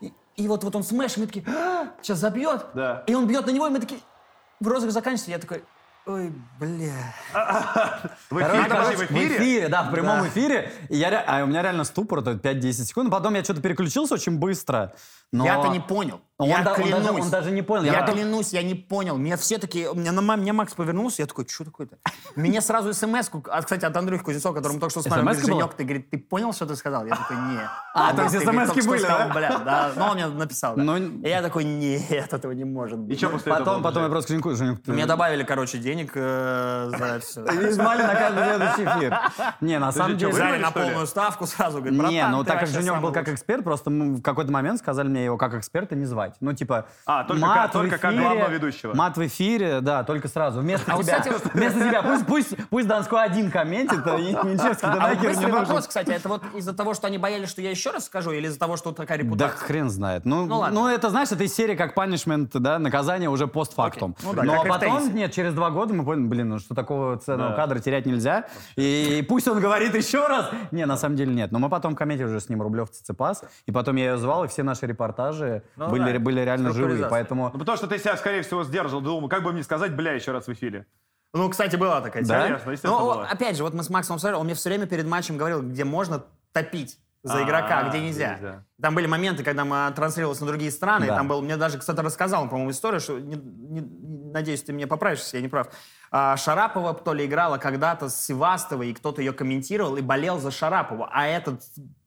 И, и вот, вот он смеш, и мы такие, «А, сейчас забьет.
Да.
И он бьет на него, и мы такие, в розыгрыш заканчивается. Я такой, ой, бля.
В эфире,
Короче,
подожди, в
короче,
эфире?
да, в прямом
Да.
эфире. И я, ре- а у меня реально ступор, это 5-10 секунд. А Потом я что-то переключился очень быстро. Но...
Я-то не понял.
Он
я
да- он даже-
клянусь.
он даже не понял.
Я,
Я потом-
клянусь, я не понял. Меня все такие... Мне, на ма- мне Макс повернулся, я такой, что такое-то? Мне сразу смс-ку, а, кстати, от Андрюхи Кузнецова, которому только что смотрел,
СМС-ка была?
Женек, ты, говорит, ты понял, что ты сказал? Я такой, не.
А,
Он
то есть
просто, говорит,
СМС-ки
«Только что
были,
сказал,
да?
Бля, да. Ну, он мне написал, да.
Ну,
И я такой, нет, этого не может быть.
И что после этого
Потом,
было,
потом я
Жень?
просто клинку... Женя, ты-
Ну, Мне добавили, короче, денег э,
[LAUGHS]
за все.
И звали на каждый следующий эфир. Не, на самом
чё,
деле...
вы
Взяли
Выиграли,
на
что ли?
полную ставку сразу, говорит, братан,
Не, ну
ты
так как
вообще
Женек был
самый
как
лучший».
эксперт, просто мы в какой-то момент сказали мне его как эксперта не звать. Ну, типа,
А, только
мат
как- только
в
как
эфире,
главного ведущего.
Мат в эфире, да, только сразу. Вместо
А вот,
тебя.
кстати,
Вместо тебя. Пусть, пусть, пусть Донской один комментит,
[LAUGHS]
а Минчевский да
А вот
нахер не
быстрый
нужен.
вопрос, кстати, это вот из-за того, что они боялись, что я еще раз скажу, или из-за того, что вот такая
Да
репутация?
хрен знает. Ну,
Ну
ну,
ладно.
это, знаешь, это из серии как панишмент, да, наказание уже постфактум.
Окей. Ну да,
Но
как и в
потом,
теннисе.
нет, через два года мы поняли, блин, ну что такого ценного
Да.
кадра терять нельзя. И, пусть он говорит еще раз. Не, на самом деле нет. Но мы потом комментили уже с ним Рублев Цицепас, и потом я ее звал, и все наши репортажи
Ну
были,
да.
были реально живые.
Структуризация.
Поэтому
Ну, потому что ты себя, скорее всего, сдержал, думал, как бы мне сказать, бля, еще раз в эфире.
Ну, кстати, была такая
Да?
тема.
Конечно, естественно,
Ну,
была.
опять же, вот мы с Максом смотрели, он мне все время перед матчем говорил, где можно топить за
А,
игрока, а где
где
нельзя.
нельзя.
Там были моменты, когда мы транслировались на другие страны, и
Да.
там был, мне даже кто-то рассказал, по-моему, историю, что, не- не- надеюсь, ты меня поправишь, если я не прав, А, Шарапова то ли играла когда-то с Севастовой, и кто-то ее комментировал и болел за Шарапову, а этот,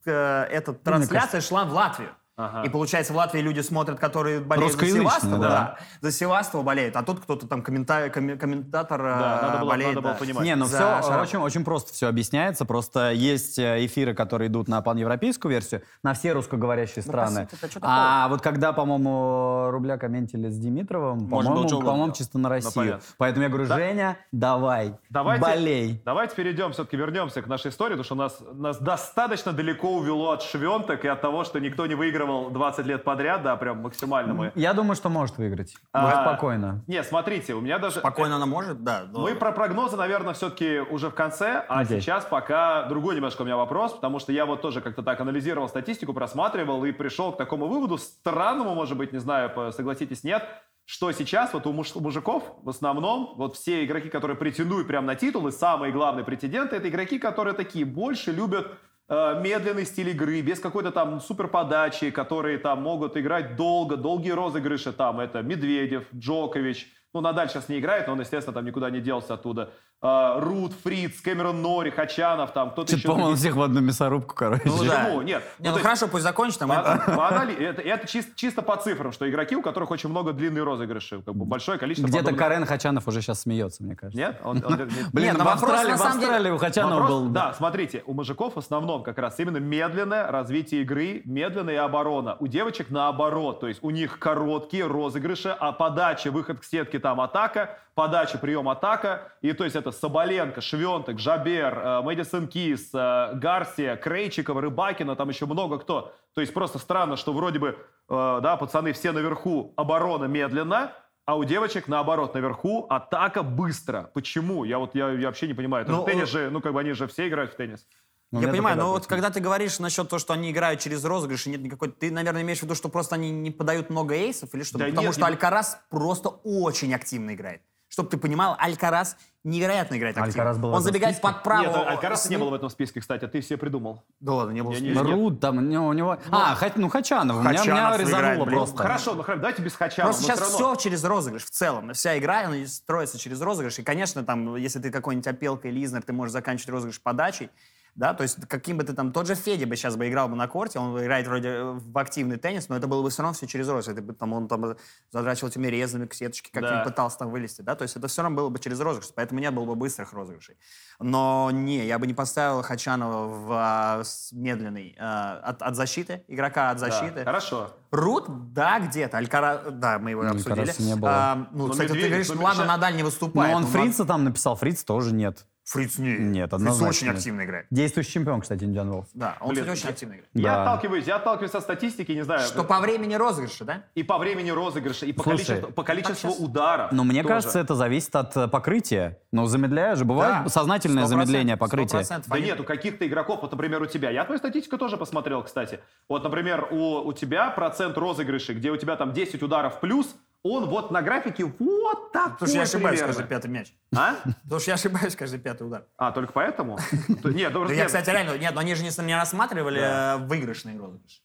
э, эта трансляция шла в Латвию.
Ага.
И получается, в Латвии люди смотрят, которые болеют за
Русскоязычные,
Севастову,
да.
да, за Севастово болеют, а тут кто-то там коммента- коммен- комментатор э,
Да, надо было-
болеет.
надо было
да.
понимать.
Не, ну
За
все
Шарапова.
очень, очень просто все объясняется. Просто есть э, эфиры, которые идут на паневропейскую версию, на все русскоговорящие
Ну, по
страны.
сути, это чё
а вот когда, по-моему, рубля комментили с Димитровым,
Может, был Ну,
по-моему,
Джо Роган,
по-моему,
да.
чисто на Россию.
понятно.
Поэтому я говорю,
Да.
Женя, давай,
Давайте,
болей.
Давайте перейдем, все-таки вернемся к нашей истории, потому что нас, нас достаточно далеко увело от швенток и от того, что никто не выигрывал 20 лет подряд, да, прям максимально мы.
Я думаю, что может выиграть.
А,
Может, спокойно.
Не, смотрите, у меня даже...
Спокойно она может, да. но-
Мы про прогнозы, наверное, все-таки уже в конце, а
Окей.
сейчас пока другой немножко у меня вопрос, потому что я вот тоже как-то так анализировал статистику, просматривал и пришел к такому выводу, странному, может быть, не знаю, по- согласитесь, нет, что сейчас вот у муж- мужиков в основном вот все игроки, которые претендуют прям на титулы, самые главные претенденты, это игроки, которые такие больше любят э, медленный стиль игры, без какой-то там супер подачи, которые там могут играть долго, долгие розыгрыши там, это Медведев, Джокович, ну, Надаль сейчас не играет, но он, естественно, там никуда не делся оттуда. Э, Рут, Фриц, Кэмерон Нори, Хачанов, там кто-то
Чё-то,
еще.
по-моему, всех в одну мясорубку, короче.
Ну, да.
Почему? Нет. Ну,
Не, ну,
то есть
хорошо, пусть закончит, а мы...
по- по анали- это, это чис- чисто, по цифрам, что игроки, у которых очень много длинные розыгрыши, как бы большое количество.
Где-то
подобных-
Карен Хачанов уже сейчас смеется, мне кажется.
Нет? Он-
[LAUGHS]
он- нет.
Блин,
Нет,
ну
но
в
вопрос
Австралии,
на
в
самом деле-
Австралии у Хачанова
Вопрос-
был...
Да, смотрите, у мужиков в основном как раз именно медленное развитие игры, медленная оборона. У девочек наоборот, то есть у них короткие розыгрыши, а подача, выход к сетке, там атака, подача, прием, атака. И то есть это Соболенко, Швентек, Жабер, э, Мэдисон Кис, э, Гарсия, Крейчикова, Рыбакина, там еще много кто. То есть просто странно, что вроде бы, э, да, пацаны все наверху, оборона медленно, а у девочек наоборот, наверху атака быстро. Почему? Я вот я, я вообще не понимаю. Это
Ну,
же теннис же, ну как бы они же все играют в теннис.
Ну,
я
мне
понимаю,
только
но
да
вот
просто.
когда ты говоришь насчет того, что они играют через розыгрыш и нет никакой... Ты, наверное, имеешь в виду, что просто они не подают много эйсов или что?
Да
Потому
нет,
что
не-
Алькарас просто очень активно играет. Чтобы ты понимал, Алькарас невероятно играет активно.
Алькарас был в
Он
этом
забегает
списке?
под правую.
Нет, Алькараса
с
не
ним-
было в этом списке, кстати, а ты все придумал.
Да ладно, не было.
Я
в
не-
списке.
Везде.
Рут там, у него... у него- А, Хат- ну Хачанов. У меня- меня
Хачанов играет,
резануло
блин.
просто.
Хорошо, ну хорошо, давайте без Хачанова.
Просто
но
сейчас
всё
все
равно.
через розыгрыш в целом. Вся игра она строится через розыгрыш. И, конечно, там, если ты какой-нибудь опелка или изнер, ты можешь заканчивать розыгрыш подачей. Да, то есть каким бы ты там, тот же Федя бы сейчас бы играл бы на корте, он играет вроде э, в активный теннис, но это было бы все равно все через розыгрыш. Это бы там, он там задрачивал этими резами к сеточке, как-то
Да.
пытался там вылезти, да, то есть это все равно было бы через розыгрыш, поэтому не было бы быстрых розыгрышей. Но не, я бы не поставил Хачанова в а, с- медленный а, от, от защиты, игрока от
Да,
защиты.
Хорошо.
Рут, да, где-то. Алькара, да, мы его
Ну,
обсудили.
Алькараса не было.
А, ну,
Но
кстати, ты
Медведев,
говоришь,
ну,
ладно,
Миша-
Надаль не выступает.
Но он
ну,
Фрица там написал, Фриц тоже нет.
Фриц не.
Нет,
Фриц
однозначно
очень
нет.
активно играет.
Действующий чемпион, кстати, Индиан Волф.
Да, он,
Блин,
кстати, очень
я-
активно играет.
Я
Да.
отталкиваюсь, я отталкиваюсь от статистики, не знаю. э,
Что по времени розыгрыша, да?
И по времени розыгрыша, и по
Слушай,
количеству, по количеству
так щас-
ударов.
Но мне
тоже.
кажется, это зависит от э, покрытия. Но замедляя же, бывает
Да.
сознательное
100%,
замедление покрытия.
100%.
Да нет, у каких-то игроков, вот, например, у тебя. Я твою статистику тоже посмотрел, кстати. Вот, например, у, у тебя процент розыгрышей, где у тебя там 10 ударов плюс, он вот на графике вот такой
Потому что я ошибаюсь
примерно.
каждый пятый мяч.
А?
Потому что я ошибаюсь каждый пятый удар.
А, только
[LAUGHS]
поэтому? То- Нет, ну,
Да
просто
я,
нет,
кстати, реально, нет, но они же не, не рассматривали
Да.
э, выигрышный розыгрыш.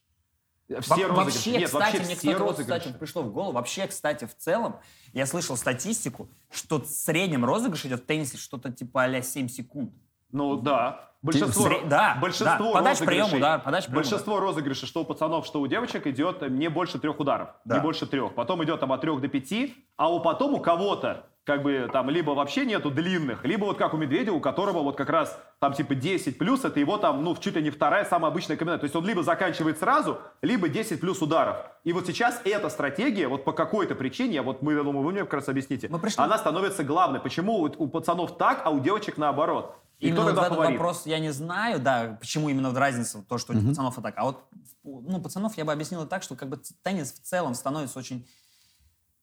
Во-
все розыгрыши.
Вообще,
Нет,
кстати,
вообще
мне
все
кто-то вот, кстати,
розыгрыши.
пришло в голову. Вообще, кстати, в целом, я слышал статистику, что в среднем розыгрыш идет в теннисе что-то типа а 7 секунд.
Ну да. Большинство,
Сре- да,
большинство
да. Подач, прием,
розыгрышей-
удар, подач, прием,
большинство розыгрышей, что у пацанов, что у девочек, идет э, не больше трех ударов.
Да.
Не больше трех. Потом идет там от трех до пяти, а у потом у кого-то как бы там либо вообще нету длинных, либо вот как у Медведева, у которого вот как раз там типа 10 плюс, это его там, ну, чуть ли не вторая самая обычная комбинация. То есть он либо заканчивает сразу, либо 10 плюс ударов. И вот сейчас эта стратегия, вот по какой-то причине, я вот мы, я думаю, вы мне как раз объясните,
Мы пришли-
она становится главной. Почему вот у пацанов так, а у девочек наоборот? И
Именно
кто
вот
тогда
этот
фаворит?
вопрос я не знаю, да, почему именно вот разница, то, что у пацанов атака. А вот, ну, пацанов я бы объяснила так, что как бы теннис в целом становится очень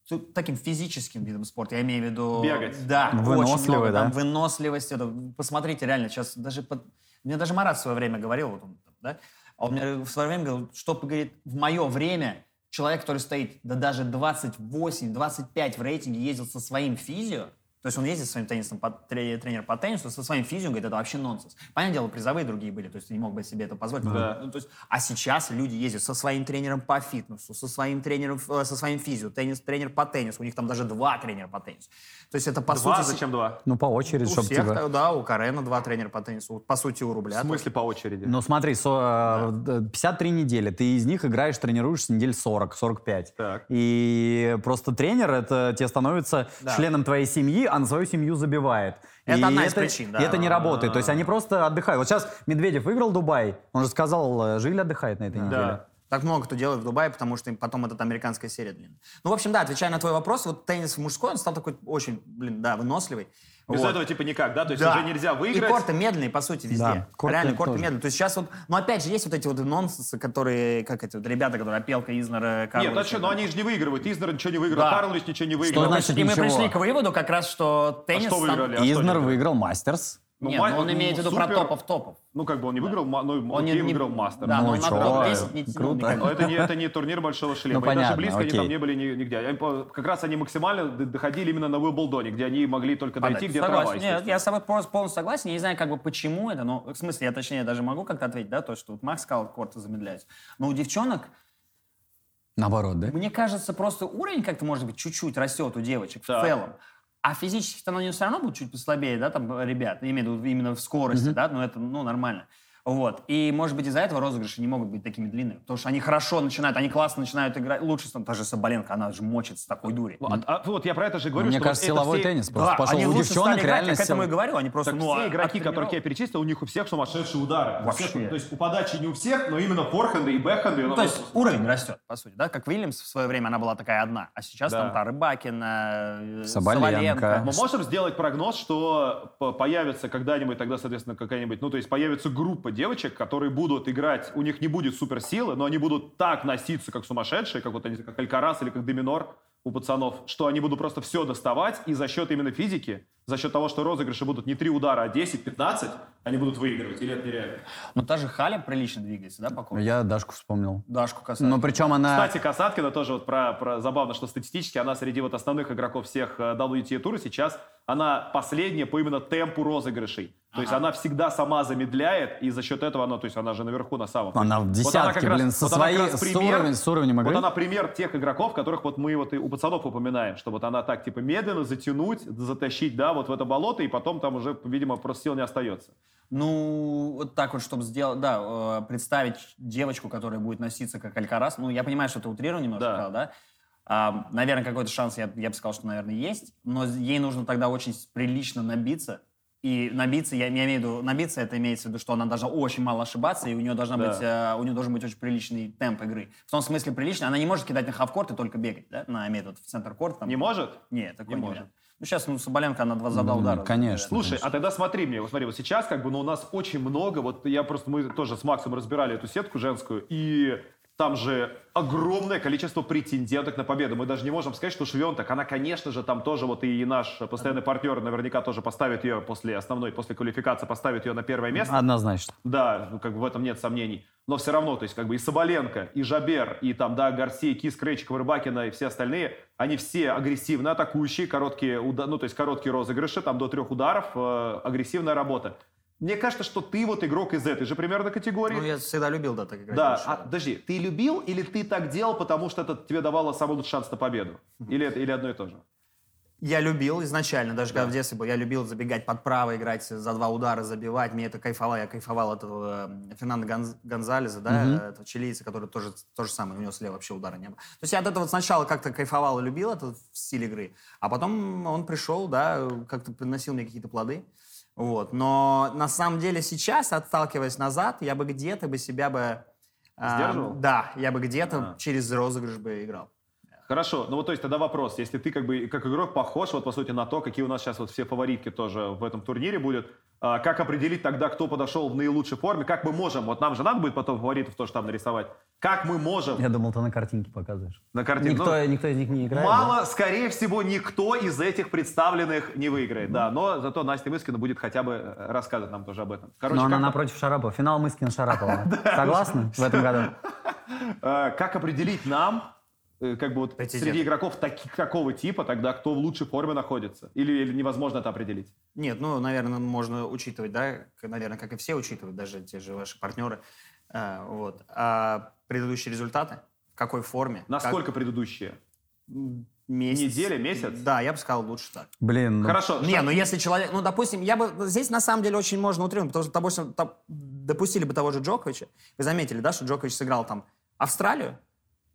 ну, таким физическим видом спорта, я имею в виду...
Бегать.
Да,
Выносливый,
очень много,
да?
там, выносливость. Это, посмотрите, реально, сейчас даже... под- Мне даже Марат в свое время говорил, вот он, там, да, а он мне в свое время говорил, что, говорит, в мое время человек, который стоит, да даже 28-25 в рейтинге, ездил со своим физио, то есть он ездит со своим теннисом, по, тре- тренер по теннису, со своим физио, он говорит, это вообще нонсенс. Понятное дело, призовые другие были, то есть ты не мог бы себе это позволить.
Да.
Ну, то есть, а сейчас люди ездят со своим тренером по фитнесу, со своим тренером, э, со своим физио, теннис, тренер по теннису, у них там даже два тренера по теннису. То есть это по
Два,
сути...
зачем два?
Ну, по
У
очереди, чтобы
всех,
типа...
да, у Карена два тренера по теннису, по сути у Рубля.
В смысле по очереди?
Ну, смотри, со- э, 53 недели. Ты из них играешь, тренируешься недель 40, 45.
Так.
И просто тренер, это тебе становится
Да.
членом твоей семьи, а на свою семью забивает.
Это
И
одна из причин, да.
и это не работает. То есть они просто отдыхают. Вот сейчас Медведев выиграл Дубай. Он же сказал, э, Жиль отдыхает на этой неделе.
Да.
Так много кто делает в Дубае, потому что им потом эта американская серия длинная. Ну, в общем, да, отвечая на твой вопрос, вот теннис мужской, он стал такой очень, блин, да, выносливый.
Без
Вот.
этого типа никак, да? То есть
Да.
уже нельзя
И
выиграть.
корты медленные, по сути, везде.
Да, корты
Реально, корты
тоже.
медленные. То есть сейчас вот, ну опять же, есть вот эти вот нонсенсы, которые, как эти вот ребята, которые Опелка, Изнер, э, Карлович.
Нет, а что, но они же не выигрывают. Изнер ничего не выиграл,
Да.
Карлович ничего не
И мы
выиграл.
Что значит
пришли- и мы
ничего?
пришли к выводу как раз, что
А
теннис...
что
стан-
выиграли? А что
Изнер
они-
выиграл Мастерс.
Нет,
Май-
но он
ну,
имеет в виду про
супер.
топов-топов.
Ну, как бы он не выиграл, ма- ну,
Он
окей,
не- не-
выиграл мастер.
Да,
Ну,
но он
чё?
набрал 10 не тянул
Круто.
[LAUGHS]
никак.
Но это не, это не турнир большого шлема.
Ну,
И даже
понятно,
близко они
окей.
там не были ни- нигде. Они по- как раз они максимально д- доходили именно на Уимблдоне, где они могли только дойти, где
А Согласен.
трава.
Нет,
естественно.
я с тобой просто полностью согласен. Я не знаю, как бы почему это, но в смысле, я точнее даже могу как-то ответить, да, то, что вот Макс сказал, корты замедляются. Но у девчонок,
Наоборот, да?
мне кажется, просто уровень как-то, может быть, чуть-чуть растет у девочек
Да.
в целом. А физически-то они все равно будут чуть послабее, да, там, э, ребят, я имею в виду именно в скорости, да, но это, ну, нормально. Вот. И, может быть, из-за этого розыгрыши не могут быть такими длинными, потому что они хорошо начинают, они классно начинают играть, лучше, там, та же Соболенко, она же мочится такой дури.
Ну, а- а вот я про это же говорю,
Мне
что
кажется,
вот это
силовой
все-
теннис
Да,
просто пошел.
они
У
лучше стали
девчонок
играть,
реально
я к этому и
сил-
говорю, они просто,
Так
ну,
все
а-
игроки,
от
которых я
тренировок.
перечислил, у них у всех сумасшедшие удары. У
Вообще.
всех, То есть у подачи не у всех, но именно форхенды и бэкхенды.
Ну,
ну,
то есть уровень растет, по сути, да? Как Уильямс в свое время, она была такая одна, а сейчас
Да.
там та Рыбакина, э,
Соболенко.
Мы можем сделать прогноз, что по- появится когда-нибудь тогда, соответственно, какая-нибудь, ну, то есть появится группа девочек, которые будут играть, у них не будет суперсилы, но они будут так носиться, как сумасшедшие, как вот они, как Алькарас или как Доминор у пацанов, что они будут просто все доставать, и за счет именно физики, за счет того, что розыгрыши будут не 3 удара, а 10-15, они будут выигрывать. Или это нереально?
Ну, та же Халя прилично двигается, да, по курсу?
Я Дашку вспомнил.
Дашку касается.
Но причем она...
Кстати, Касаткина тоже вот про, про забавно, что статистически она среди вот основных игроков всех э, WTA тура сейчас она последняя по именно темпу розыгрышей. То есть она всегда сама замедляет, и за счет этого она, то есть она же наверху на самом.
Она в
Вот она
десятке,
как раз-
блин, со
вот она как
своей...
раз
с, уровень- с уровнем игры.
Вот она пример тех игроков, которых вот мы вот и у пацанов упоминаем, что вот она так типа медленно затянуть, затащить, да, вот в это болото, и потом там уже, видимо, просто сил не остается.
Ну, вот так вот, чтобы сделать, да, э, представить девочку, которая будет носиться как Алькарас. Ну, я понимаю, что ты утрирую немножко,
Да.
сказал, да? А, наверное, какой-то шанс, я, я бы сказал, что, наверное, есть. Но ей нужно тогда очень прилично набиться. И набиться, я, я имею в виду, набиться, это имеется в виду, что она должна очень мало ошибаться, и у нее, должна
Да.
быть, э, у нее должен быть очень приличный темп игры. В том смысле приличный, она не может кидать на хавкорт и только бегать, да, на, имею в виду, в центр корт. Там.
Не может?
Нет,
Не
такой не
может.
вариант. Ну, сейчас, ну, Соболенко, она два задала
Ну,
удара.
конечно.
Слушай, а тогда смотри мне, вот смотри, вот сейчас как бы, ну, у нас очень много, вот я просто, мы тоже с Максом разбирали эту сетку женскую, и там же огромное количество претенденток на победу. Мы даже не можем сказать, что Швенток, она, конечно же, там тоже, вот и наш постоянный партнер наверняка тоже поставит ее после основной, после квалификации поставит ее на первое место.
Однозначно.
Да, ну, как бы в этом нет сомнений. Но все равно, то есть как бы и Соболенко, и Жабер, и там, да, Гарсия, Кис, Кречикова, Рыбакина и все остальные, они все агрессивно атакующие, короткие, уда- ну, то есть короткие розыгрыши, там до трех ударов, э, агрессивная работа. Мне кажется, что ты вот игрок из этой же примерно категории.
Ну, я всегда любил, да, так играть.
да,
больше,
а, подожди, ты любил или ты так делал, потому что это тебе давало самый лучший шанс на
[LAUGHS]
победу? Или, это- или одно и то же?
Я любил изначально, даже когда в детстве был, я любил забегать под право, играть э, за два удара, забивать. Мне это кайфовало. Я кайфовал от этого э, Фернандо Гонз- Гонзалеса, да, э, этого чилийца, который тоже то же самое, у него слева вообще удара не было. То есть я от этого сначала как-то кайфовал и любил этот стиль игры, а потом он пришел, да, как-то приносил мне какие-то плоды. Вот. Но на самом деле сейчас, отталкиваясь назад, я бы где-то бы себя бы... а,
Сдерживал?
да, я бы где-то
Ага.
через розыгрыш бы играл.
Хорошо, ну вот то есть тогда вопрос, если ты как бы как игрок похож вот по сути на то, какие у нас сейчас вот все фаворитки тоже в этом турнире будут, а, как определить тогда, кто подошел в наилучшей форме, как мы можем, вот нам же надо будет потом фаворитов тоже там нарисовать, как мы можем
Я думал, ты на картинке показываешь.
на картинке.
Никто, никто из них не
Ну,
играет.
мало, скорее всего, никто из этих представленных не выиграет, да, но зато Настя Мыскина будет хотя бы э, рассказывать нам тоже об этом. Короче,
Но она
как,
напротив Шарапова. Финал
[LAUGHS]
Мыскина-Шарапова. Согласны в этом году?
э, как определить нам, э, как бы вот
Претендент.
среди игроков таки- такого типа тогда, кто в лучшей форме находится, или, или невозможно это определить?
Нет, ну, наверное, можно учитывать, да, к- наверное, как и все учитывают, даже те же ваши партнеры, А, вот, А предыдущие результаты, в какой форме,
Насколько предыдущие?
Как- месяц.
Неделя, месяц?
Да, я бы сказал лучше так.
Блин, ну,
Хорошо.
Не,
что-
ну если человек, ну допустим, я бы здесь на самом деле очень можно утрировать, потому что допустим, там, допустили бы того же Джоковича, вы заметили, да, что Джокович сыграл там Австралию,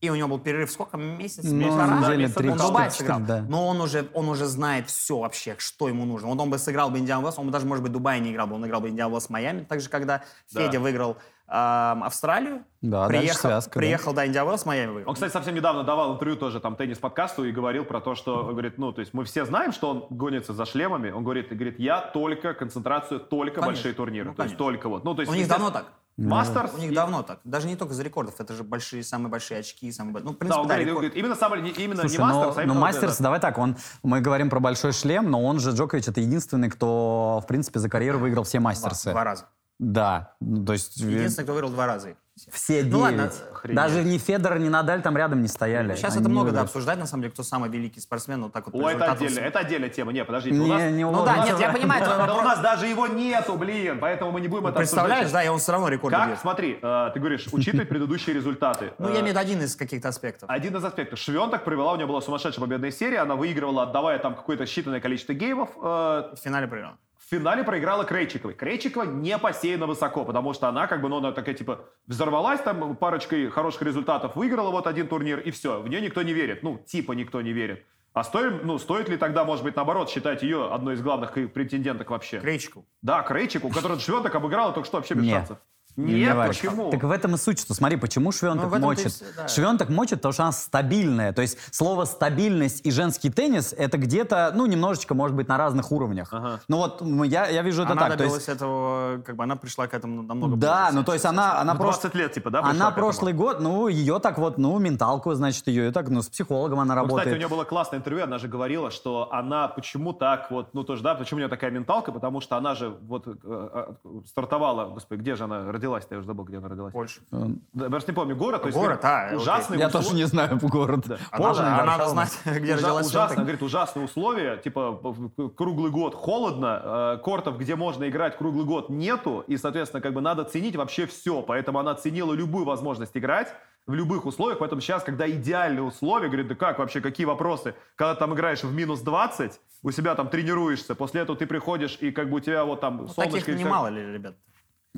и у него был перерыв сколько месяц,
Ну,
полтора?
недели
Месяц,
три,
он
четыре,
Дубай сыграл,
четыре, да.
но он уже он уже знает все вообще, что ему нужно. Вот он бы сыграл бы Индиан Уэллс, он бы даже может быть Дубай не играл бы, он играл бы Индиан Уэллс Майами, так же когда
Да.
Федя выиграл эм, Австралию,
Да, А дальше
приехал,
связка, да.
приехал да. Индиан Уэллс Майами выиграл.
Он, кстати, совсем недавно давал интервью тоже там теннис-подкасту и говорил про то, что, говорит, ну, то есть мы все знаем, что он гонится за шлемами. Он говорит, и говорит, я только концентрацию, только
Конечно.
большие турниры.
Ну,
то есть
конечно.
только вот. Ну, то есть,
У них
естественно,
давно так.
Мастерс.
У них
и-
давно так. Даже не только за рекордов, это же большие, самые большие очки, самые большие. Ну,
Да,
в принципе,
он
да,
говорит,
рекорд.
говорит, именно, самый, не- именно
Слушай,
не
но-
ну,
Мастерс, а
но
именно вот
Мастерс,
это.
давай так, он, мы говорим про большой шлем, но он же, Джокович, это единственный, кто, в принципе, за карьеру выиграл все
Два,
мастерсы.
два раза.
Да, ну, то есть э,
Единственный, кто выиграл два раза. их.
все девять.
Ну ладно,
охренеть.
Даже ни Федор, ни Надаль там рядом не стояли.
Сейчас
Они
это
не
много да,
выиграли.
обсуждать, на самом деле, кто самый великий спортсмен. Вот так вот по
О, это
результатам
отдельно,
всем.
это отдельная тема. Не, подождите, у
Не,
нас...
не
Ну да,
уложится.
нет, я понимаю твой
Да у
вопрос.
нас даже его нету, блин, поэтому мы не будем это обсуждать.
Ну, Представляешь, да, и он все равно рекорд
Как,
бьет.
смотри, э, ты говоришь, учитывать предыдущие результаты.
Ну,
Э,
я имею в виду один из каких-то аспектов.
Один из аспектов. Швенток провела, у нее была сумасшедшая победная серия, она выигрывала, отдавая там какое-то считанное количество геймов. э,
В финале проиграл.
в финале проиграла Крейчиковой. Крейчикова не посеяна высоко, потому что она как бы, ну, она такая, типа, взорвалась там парочкой хороших результатов, выиграла вот один турнир, и все. В нее никто не верит. Ну, типа никто не верит. А стоит, ну, стоит ли тогда, может быть, наоборот, считать ее одной из главных и- претенденток вообще?
Крейчику.
Да, Крейчик, у которого Швенток обыграла а только что вообще без
Не.
шансов. Нет,
варит.
почему?
Так в этом и суть, что смотри, почему Швен
Ну, в
так
этом-то и
мочит.
всё, да.
Швен так мочит, потому что она стабильная. То есть слово стабильность и женский теннис это где-то, ну, немножечко, может быть, на разных уровнях.
Ага.
Ну вот м, я, я вижу это
она
так. То
добилась
есть,
этого, как бы она пришла к этому намного
да,
позже,
ну то есть
сейчас.
она, она
В
просто
20 лет, типа, да, пришла
Она
к этому?
прошлый год, ну, ее так вот, ну, менталку, значит, ее так, ну, с психологом она
Ну,
работает.
Кстати, у нее было классное интервью, она же говорила, что она почему так вот, ну тоже, да, почему у нее такая менталка, потому что она же вот э, э, стартовала, господи, где же она родилась-то, я уже забыл, где она родилась.
Больше.
Да, я просто не помню, город. то есть,
Город,
говорит,
а, окей.
Ужасные
Э, Я
услов-
тоже не знаю [LAUGHS] город.
Она, же-
Познань,
она
Варшава.
надо знать, где
Ужа-
родилась.
ужасно,
Швентек.
говорит, ужасные условия, типа в- в- круглый год холодно, э, кортов, где можно играть круглый год, нету, и, соответственно, как бы надо ценить вообще все, поэтому она ценила любую возможность играть в любых условиях, поэтому сейчас, когда идеальные условия, говорит, да как вообще, какие вопросы, когда ты там играешь в минус 20, у себя там тренируешься, после этого ты приходишь, и как бы у тебя вот там
Ну,
солнышко...
Таких
и всё-
немало ли, ребят?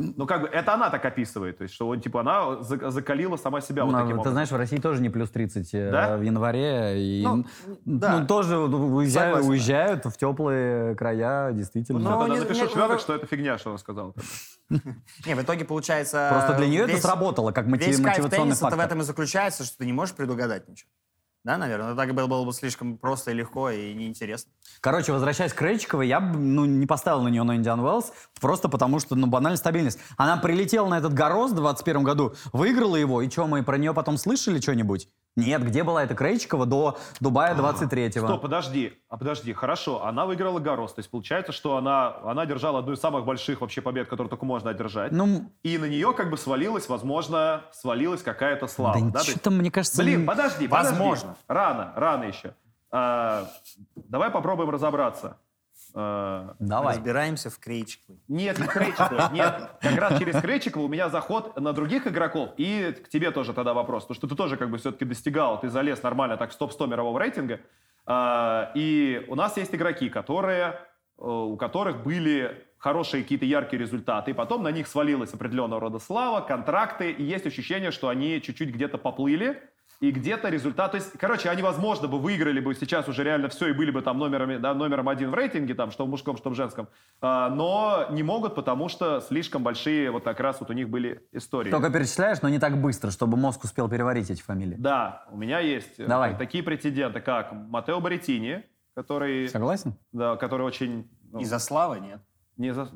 Ну, как бы, это она так описывает, то есть, что, вот, типа, она за- закалила сама себя вот
Ну,
таким
ты
образом.
знаешь, в России тоже не плюс 30 э,
Да?
в январе. И,
Ну,
ну,
да.
тоже уезжают,
Согласен.
уезжают в теплые края, действительно.
Ну,
Тогда
не-
напиши
не-
Швёдок,
ну,
что это фигня, что она сказала.
Не, в итоге получается...
Просто для нее это
э, весь-
сработало, как мотив-
Весь кайф
мотивационный
тенниса
фактор.
это в этом и заключается, что ты не можешь предугадать ничего. Да, наверное. Так было, было бы слишком просто и легко, и неинтересно.
Короче, возвращаясь к Крейчиковой, я бы ну, не поставил на нее на Индиан Уэллс, просто потому что, ну, банальная стабильность. Она прилетела на этот Горос в 21 году, выиграла его, и что, мы про нее потом слышали что-нибудь? Нет, где была эта Крейчикова до
А,
Дубая 23-го?
Стоп, подожди, а подожди, хорошо, она выиграла Горос, то есть получается, что она, она держала одну из самых больших вообще побед, которую только можно одержать,
Ну,
и на нее как бы свалилась, возможно, свалилась какая-то слава.
да
да, то
ничего
есть-
там, мне кажется...
Блин,
не-
подожди, подожди.
возможно.
Рано, рано еще. А, давай попробуем разобраться. А,
Давай.
Разбираемся в крейчиковой.
нет, не Кречикова, нет. Как раз через Кречикова у меня заход на других игроков. И к тебе тоже тогда вопрос. Потому что ты тоже как бы все-таки достигал, ты залез нормально так в топ-100 мирового рейтинга. А, И у нас есть игроки, которые, э, у которых были хорошие какие-то яркие результаты, и потом на них свалилась определенного рода слава, контракты, и есть ощущение, что они чуть-чуть где-то поплыли, и где-то результат... То есть, короче, они, возможно, бы выиграли бы сейчас уже реально все и были бы там номерами, да, номером один в рейтинге, там, что в мужском, что в женском, А, но не могут, потому что слишком большие вот как раз вот у них были истории.
Только перечисляешь, но не так быстро, чтобы мозг успел переварить эти фамилии.
Да, у меня есть э,
Давай.
такие претенденты, как Матео Баритини, который,
Согласен?
да, который очень... ну,
Из-за славы нет.
не за-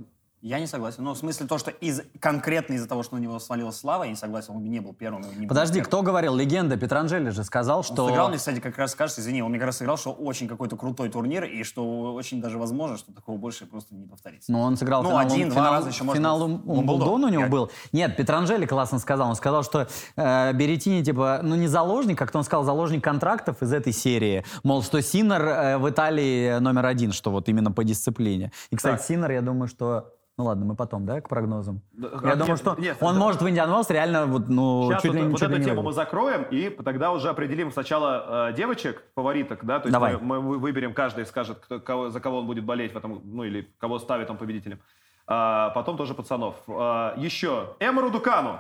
Я не согласен. Ну, в смысле, то, что из конкретно из-за того, что у него свалилась слава, я не согласен, он не был первым. он не был
Подожди,
первым.
кто говорил? Легенда Петранжели же сказал,
Он
что...
сыграл мне, кстати, как раз скажешь, извини, он мне как раз сыграл, что очень какой-то крутой турнир, и что очень даже возможно, что такого больше просто не повторится.
Ну, он сыграл
Ну,
финал,
один, два
финал-
раза еще, может
финал
быть,
Ум-
Умблдон.
Умблдон у него
Я-
был. Нет, Петранжели классно сказал. Он сказал, что э, Беретини, типа, ну, не заложник, как-то он сказал, заложник контрактов из этой серии. Мол, что Синер э, в Италии номер один, что вот именно по дисциплине. И, кстати,
Так.
Синер, я думаю, что... Ну ладно, мы потом, да, к прогнозам.
Да,
я
нет,
думаю, что
нет,
он
да.
может в Индиан Уэллс реально вот, ну,
Сейчас
чуть
вот,
ли не
вот
чуть ли
эту
не
тему мы
выиграть.
закроем, и тогда уже определим сначала э, девочек, фавориток, да, то есть
Давай.
Мы, мы вы- выберем, каждый скажет, кто- кого, за кого он будет болеть в этом, ну или кого ставит он победителем. А, потом тоже пацанов. А, еще Эмору Дукану,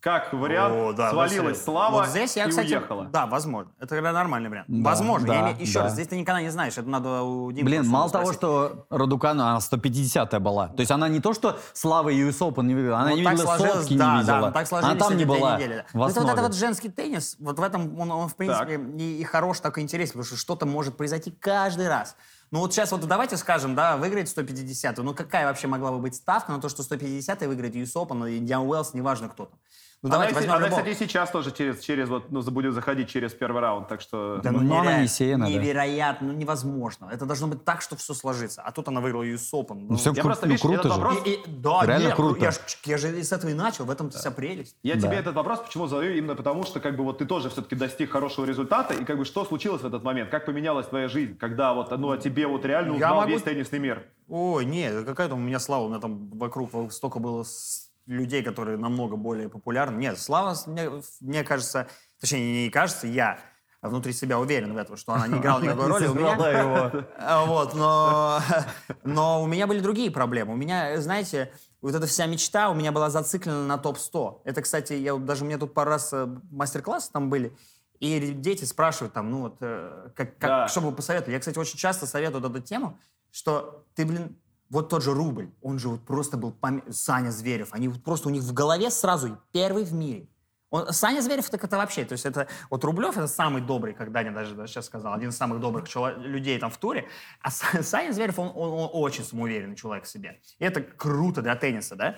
как вариант,
О, да,
свалилась
вот
слава
вот здесь я,
и
кстати,
уехала.
Да, возможно. Это когда нормальный вариант.
Да,
возможно.
да,
я имею- еще
да.
раз, здесь ты никогда не знаешь. Это надо у Димы
Блин,
просто
мало того,
спросить.
что Радукану, она 150-я была. То есть она не то, что слава US Open не видела, она
Вот
не
так
видела
сложилось,
Солски,
да,
не видела.
Да, так сложились
она там
эти
не
две
была.
недели, да.
в
Ну, это вот
основе.
это вот женский теннис, вот в этом он, он, в принципе, и, и хорош, так и интересен, потому что что-то может произойти каждый раз. Ну вот сейчас вот давайте скажем, да, выиграет 150 ну какая вообще могла бы быть ставка на то, что 150 выиграет US Open, Индиан Уэллс, неважно кто там. Ну
Она,
давайте
если-
возьмем
она,
любого.
кстати, и сейчас тоже через, через вот, ну, будет заходить через первый раунд, так что...
Да,
Ну, она
неверо-
не сеяна, да.
Невероятно, ну, невозможно. Это должно быть так, что все сложится. А тут она выиграла US Open. Ну,
всё
я
кру-
просто, видишь, этот вопрос-
и- и- да,
Реально
нет,
круто.
Я, ж- я же с этого и начал, в этом-то вся прелесть.
Я
Да.
тебе этот вопрос почему задаю именно потому, что как бы вот ты тоже все-таки достиг хорошего результата, и как бы что случилось в этот момент? Как поменялась твоя жизнь, когда вот, ну, о тебе вот реально
Я
узнал
могу-
весь теннисный мир?
Ой, нет, какая там у меня слава, у меня там вокруг столько было с- людей, которые намного более популярны. Нет, слава, с- мне, мне кажется, точнее, не кажется, я внутри себя уверен в этом, что
[LAUGHS]
она не играла никакой роли. У меня- А, [LAUGHS] Вот, но, [LAUGHS] но у меня были другие проблемы. У меня, знаете, вот эта вся мечта у меня была зациклена на топ-100. Это, кстати, я вот даже у меня тут пару раз э, мастер-классы там были, и ре- дети спрашивают там, ну вот, э, как, как-
Да.
что бы вы посоветовали? Я, кстати, очень часто советую вот эту тему, что ты, блин, Вот тот же рубль, он же вот просто был пом- Саня Зверев. Они вот просто у них в голове сразу первый в мире. Он, Саня Зверев так это вообще, то есть это вот Рублев это самый добрый, как Даня даже, даже сейчас сказал, один из самых добрых чело- людей там в туре, а Са- [LAUGHS] Саня Зверев он, он- он очень самоуверенный человек в себе. И это круто для тенниса, да?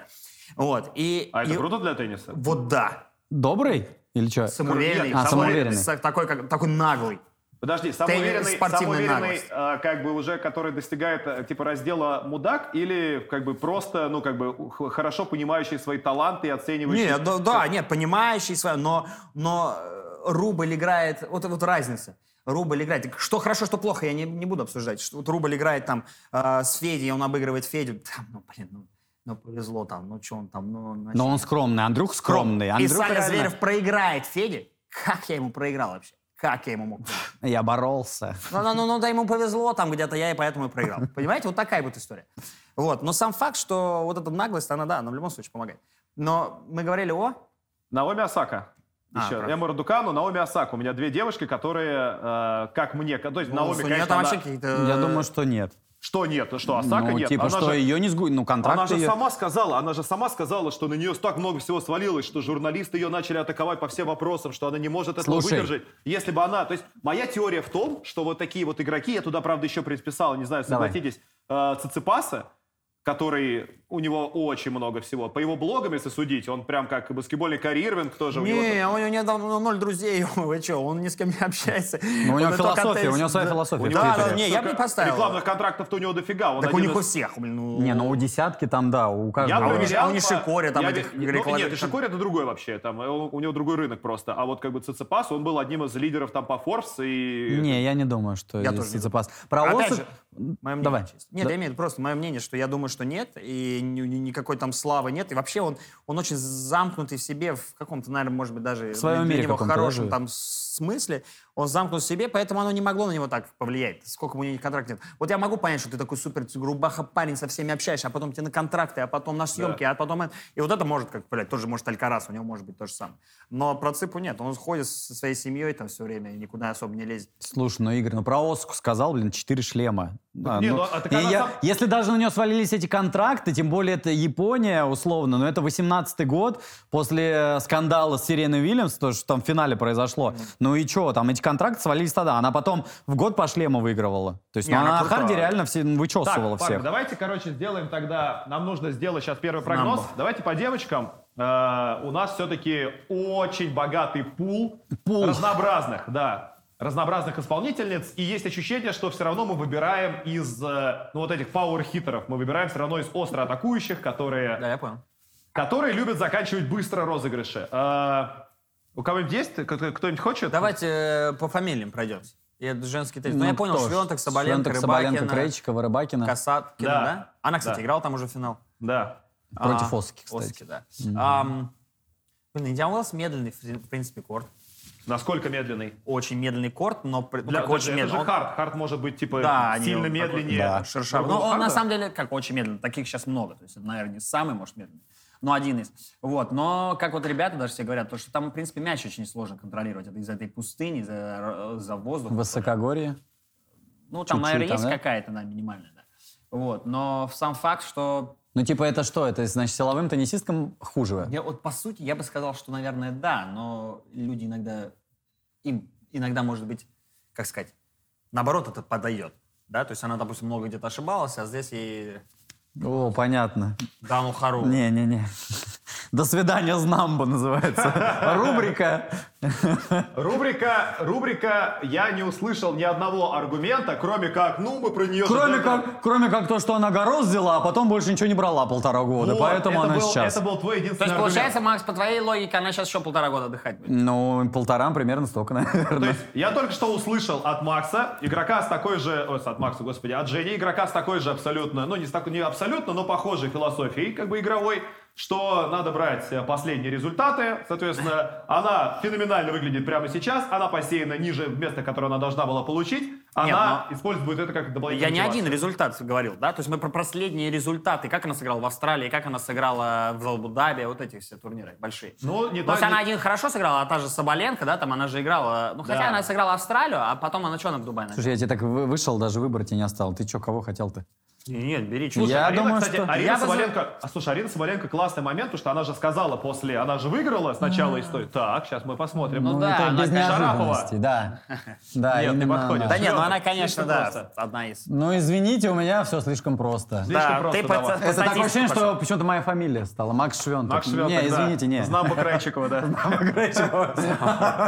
Вот и,
А это
и-
круто для тенниса?
вот да,
Добрый? Или что?
самоуверенный,
А,
самоуверенный.
са- такой как такой наглый.
Подожди, самоуверенный,
спортивная
самоуверенный
наглость.
э, как бы уже, который достигает э, типа раздела мудак или как бы просто, ну как бы х- хорошо понимающий свои таланты и оценивающий.
Нет, ну да, да, нет, понимающий свое, но, но э, Рубль играет, вот, вот разница. Рубль играет, что хорошо, что плохо, я не, не буду обсуждать. Что, вот Рубль играет там э, с Федей, он обыгрывает Федю, [LAUGHS] Там, ну блин, ну, ну, повезло там, ну что он там, ну... ну,
Но он скромный, Андрюх скромный.
И
Андрюха
Саня
разина-
Зверев проиграет Феде, как я ему проиграл вообще? Как я ему мог?
[LAUGHS] Я боролся.
Ну, ну, ну, ну, да ему повезло там где-то, я и поэтому и проиграл. Понимаете, вот такая вот история. Вот, но сам факт, что вот эта наглость, она, да, она в любом случае помогает. Но мы говорили о...
Наоми Осака.
А,
Еще.
правда.
Эмма Радукану, Наоми Осака. У меня две девушки, которые, э, как мне, то есть
Ну,
Наоми,
слушай, у
конечно,
неё там
она-
вообще какие-то... э,
Я думаю, что нет.
что нет,
а
что Осака
ну,
нет.
типа,
Она
что
же-
ее не сгу... Ну, контракт
Она же
ее...
сама сказала, она же сама сказала, что на нее так много всего свалилось, что журналисты ее начали атаковать по всем вопросам, что она не может этого
Слушай.
выдержать. Если бы она, то есть моя теория в том, что вот такие вот игроки, я туда правда еще предписал, не знаю,
Давай.
согласитесь, э, Циципаса, который у него очень много всего. По его блогам, если судить, он прям как баскетбольный Карри Ирвинг тоже у него. там-
Не, у него нет, ну, ноль друзей, [LAUGHS] вы что, он ни с кем не общается.
Ну, у него
Он только
философия,
теннис-
у него своя философия. в
Да, да,
Твиттере.
не, я бы не
Только
поставил.
Рекламных контрактов-то у него дофига. Он
Так у
один
них
из-
у всех, блин, ну...
Не, ну у десятки там, да, у
Я
каждого.
проверял.
проверял.
а у
по-
Нишикори там
я ве-
этих
ну,
рекламных
Нет, Нишикори это другой вообще. Там, э, у у него другой рынок просто. А вот как бы Цицепас, он был одним из лидеров там по Forbes и...
Не, я не думаю, что
Я
здесь
тоже не
запас. Про
Опять
Осак-
же, Мое мнение,
Давай.
честно. Нет,
Да.
я имею в виду просто мое мнение, что я думаю, что нет, и ни- ни- никакой там славы нет, и вообще он, он очень замкнутый в себе, в каком-то, наверное, может быть, даже
В своем
для
мире
него
каком-то, да,
хорошем
живет?
там смысле, он замкнут в себе, поэтому оно не могло на него так повлиять, сколько бы у него контракт нет. Вот я могу понять, что ты такой супер грубаха парень, со всеми общаешься, а потом тебе на контракты, а потом на съемки, а потом... это. И вот это может как блядь, тоже может Алькарас, у него может быть то же самое. Но про Ципу нет, он ходит со своей семьей там все время и никуда особо не лезет.
Слушай, ну Игорь, ну про Оску сказал, блин, четыре шлема. А,
не,
ну,
ну, а так
и
она
я-
сам-
Если даже на нее свалились эти контракты, тем более это Япония условно, но это 18-й год после скандала с Сиреной Уильямс, то, что там в финале произошло. Ну и что, там эти контракты свалились тогда. Она потом в год по шлему выигрывала. То есть
Не,
ну,
она
она, на
крутая.
Харди реально все, ну,
Так,
вычесывала
парни,
всех.
давайте, короче, сделаем тогда... Нам нужно сделать сейчас первый прогноз. Давайте по девочкам. Э, у нас все-таки очень богатый пул,
Пул.
разнообразных, да, разнообразных исполнительниц. И есть ощущение, что все равно мы выбираем из э, ну, вот этих пауэр-хитеров, мы выбираем все равно из остро атакующих, которые
Да, я понял.
которые любят заканчивать быстро розыгрыши. А, у кого-нибудь есть? Кто- Кто-нибудь хочет?
Давайте э, по фамилиям пройдемся. И это женский теннис. Ну, я понял,
кто ж,
Швенток, Соболенко,
Швентек, Соболенко,
Рыбакина,
Крейчикова, Рыбакина
Касаткина,
Да.
да. Она, кстати,
Да.
играла там уже финал.
Да.
против
А,
Оски, кстати.
Оски, да. Ам, блин, Индиан Уэллс медленный, в прин- в принципе, корт.
Насколько медленный?
очень медленный корт, но... при- ну,
Для-
как
это
очень
же- это
медленный.
же
Он-
хард. Хард может быть типа
Да, они
сильно
вот
медленнее.
такой, да,
шершавый. Ну,
другого
он на
харда.
самом деле, как очень медленный, таких сейчас много. То есть, это, наверное, не самый, может, медленный, но один из. Вот, но, как вот ребята даже все говорят, то, что там, в принципе, мяч очень сложно контролировать. Это из-за этой пустыни, из-за, э, из-за воздуха.
Высокогорье.
Ну, там,
Чуть-чуть
наверное,
там,
есть
да?
какая-то, да, минимальная, да. Вот, но сам факт, что...
Ну типа это что? Это значит силовым теннисисткам хуже?
Я, вот, по сути, я бы сказал, что, наверное, да, но люди иногда... Им иногда, может быть, как сказать, наоборот, это подает. Да, то есть она, допустим, много где-то ошибалась, а здесь ей
О, понятно.
Дану Хару.
Не-не-не. [LAUGHS] До свидания, Знамба называется.
[LAUGHS]
Рубрика.
Рубрика, рубрика «Я не услышал ни одного аргумента, кроме как, ну, мы про нее... же
Кроме
так-
как, кроме как то, что она гороз взяла, а потом больше ничего не брала полтора года.
Вот,
поэтому
это
она
был,
сейчас.
Это был твой
То
единственный
есть,
аргумент.
получается, Макс, по твоей логике, она сейчас еще полтора года отдыхать будет.
Ну, полтора примерно столько, [LAUGHS]
То
наверное.
есть я только что услышал от Макса игрока с такой же, ой, от Макса, господи, от Жени игрока с такой же абсолютно, ну не с такой, не абсолютно, но похожей философией, как бы игровой, что надо брать э, последние результаты, соответственно, она феноменально выглядит прямо сейчас, она посеяна ниже места, которое она должна была получить, она использует это как
Ну, Я
дополнительный
не один результат говорил, да? То есть мы про последние результаты, как она сыграла в Австралии, как она сыграла в Абу-Даби, вот эти все турниры большие.
Ну, не
То
так,
есть она
не-
один хорошо сыграла, а та же Соболенко, да, там она же играла. Ну, хотя
Да.
она сыграла Австралию, а потом она что, она в Дубае? наверное?
Слушай, я тебе так вы- вышел, даже выбора тебе не оставил. Ты что, кого хотел-то?
Нет, бери чуть
Слушай,
Я
Арина,
думаю,
кстати,
что-
Арина
Я бы за-
Соболенко... А, слушай, Арина Соболенко классный момент, потому что она же сказала после... Она же выиграла сначала историю. Так, сейчас мы посмотрим.
А. Ну
Ну,
да,
это
она
без
как
неожиданности,
[LAUGHS]
да. Да,
Нет, ты
именно
подходишь.
она.
Да нет, ну она,
Серьезно,
конечно,
слишком
да,
просто.
одна из.
Ну, извините, у меня все слишком просто.
Слишком
Да,
просто
ты
давай.
пацан.
Это такое
статистика
ощущение,
пошла.
что почему-то моя фамилия стала. Макс Швентов.
Макс Швёнтек,
Не,
да.
извините, не.
[LAUGHS] Знам
[LAUGHS]
Бакрайчикова, да.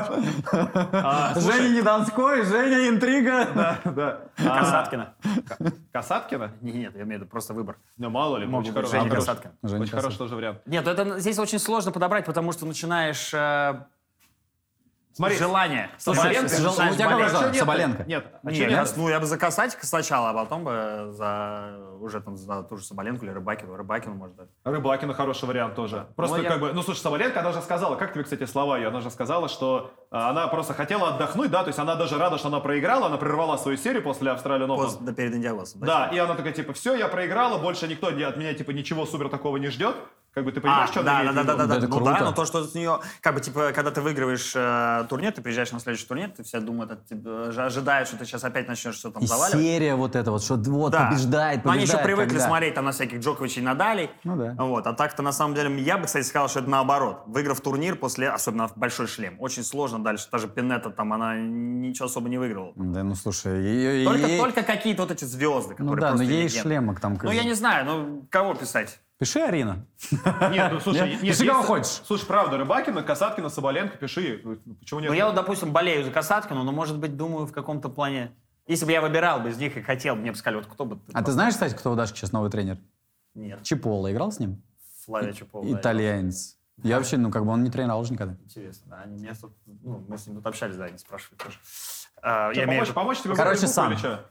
А,
Женя
слушай,
не Донской, Женя интрига.
да. А,
Касаткина.
Касаткина?
[LAUGHS] Не, Нет, я имею в виду просто выбор.
Ну, мало ли,
Мог
очень
быть Женя
хороший.
Касаткин.
Женя
Очень хороший
Касаткин.
тоже вариант.
Нет, ну, это здесь очень сложно подобрать, потому что начинаешь э,
Смотри,
желание.
Соболенко,
Начинаешь
Жел- у тебя какой
болеть.
а чё
Жел-
нет-то?
Соболенко.
Нет, а
Не,
чё
я-
нет?
ну я бы за Касатика сначала, а потом бы за уже там за ту же Соболенку или Рыбакину. Рыбакину, может, даже.
ну, Рыбакина хороший вариант тоже. Просто
Ну, я-
как бы, ну слушай, Соболенко, она же сказала, как тебе, кстати, слова ее, она же сказала, что а, она просто хотела отдохнуть, да, то есть она даже рада, что она проиграла, она прервала свою серию после Австралии
Пост- да, перед Индиаголосом.
Да, и она такая, типа, все, я проиграла, больше никто не- от меня, типа, ничего супер такого не ждет. Как бы ты
А,
понимаешь, что
да, да, да, да, да,
Да, это
Ну
круто.
да, но то, что с нее, как бы, типа, когда ты выигрываешь э, турнир, ты приезжаешь на следующий турнир, ты все думают, от тебя- ж- ожидают, что ты сейчас опять начнешь все там
И
заваливать.
серия вот эта вот, что вот
Да.
побеждает, побеждает.
Но они еще привыкли
когда.
смотреть там на всяких Джоковичей и Надалей.
Ну да.
Вот. А так-то на самом деле я бы, кстати, сказал, что это наоборот. Выиграв турнир после, особенно в большой шлем, очень сложно дальше. Та же Пинетта там, она ничего особо не выигрывала.
Да, ну слушай, ее...
Только, только какие-то вот эти звезды, которые
Ну да, но
просто
ей
легенды.
шлемок там...
Ну я не знаю, ну кого писать?
Пиши, Арина.
Нет, ну слушай,
Нет,
нет,
пиши, кого
есть-
хочешь.
Слушай, правда, Рыбакина, Касаткина, Соболенко, пиши. Ну, Почему нет?
Ну я вот, допустим, болею за Касаткину, но, может быть, думаю, в каком-то плане... Если бы я выбирал бы из них и хотел, мне бы сказали, вот кто бы ты...
А ты знаешь, кстати, кто у Даши сейчас новый тренер?
Нет,
Чипола играл с ним?
Славия Чупова. да,
Итальянец. Я вообще, ну как бы он не тренировал же никогда.
Интересно, да, они меня тут... Ну, мы с ним тут общались, да, они спрашивают тоже. А,
Чё,
я имею
помочь,
в виду-
помочь тебе
Короче, [LAUGHS]
выбрать
сам.
букву или чё?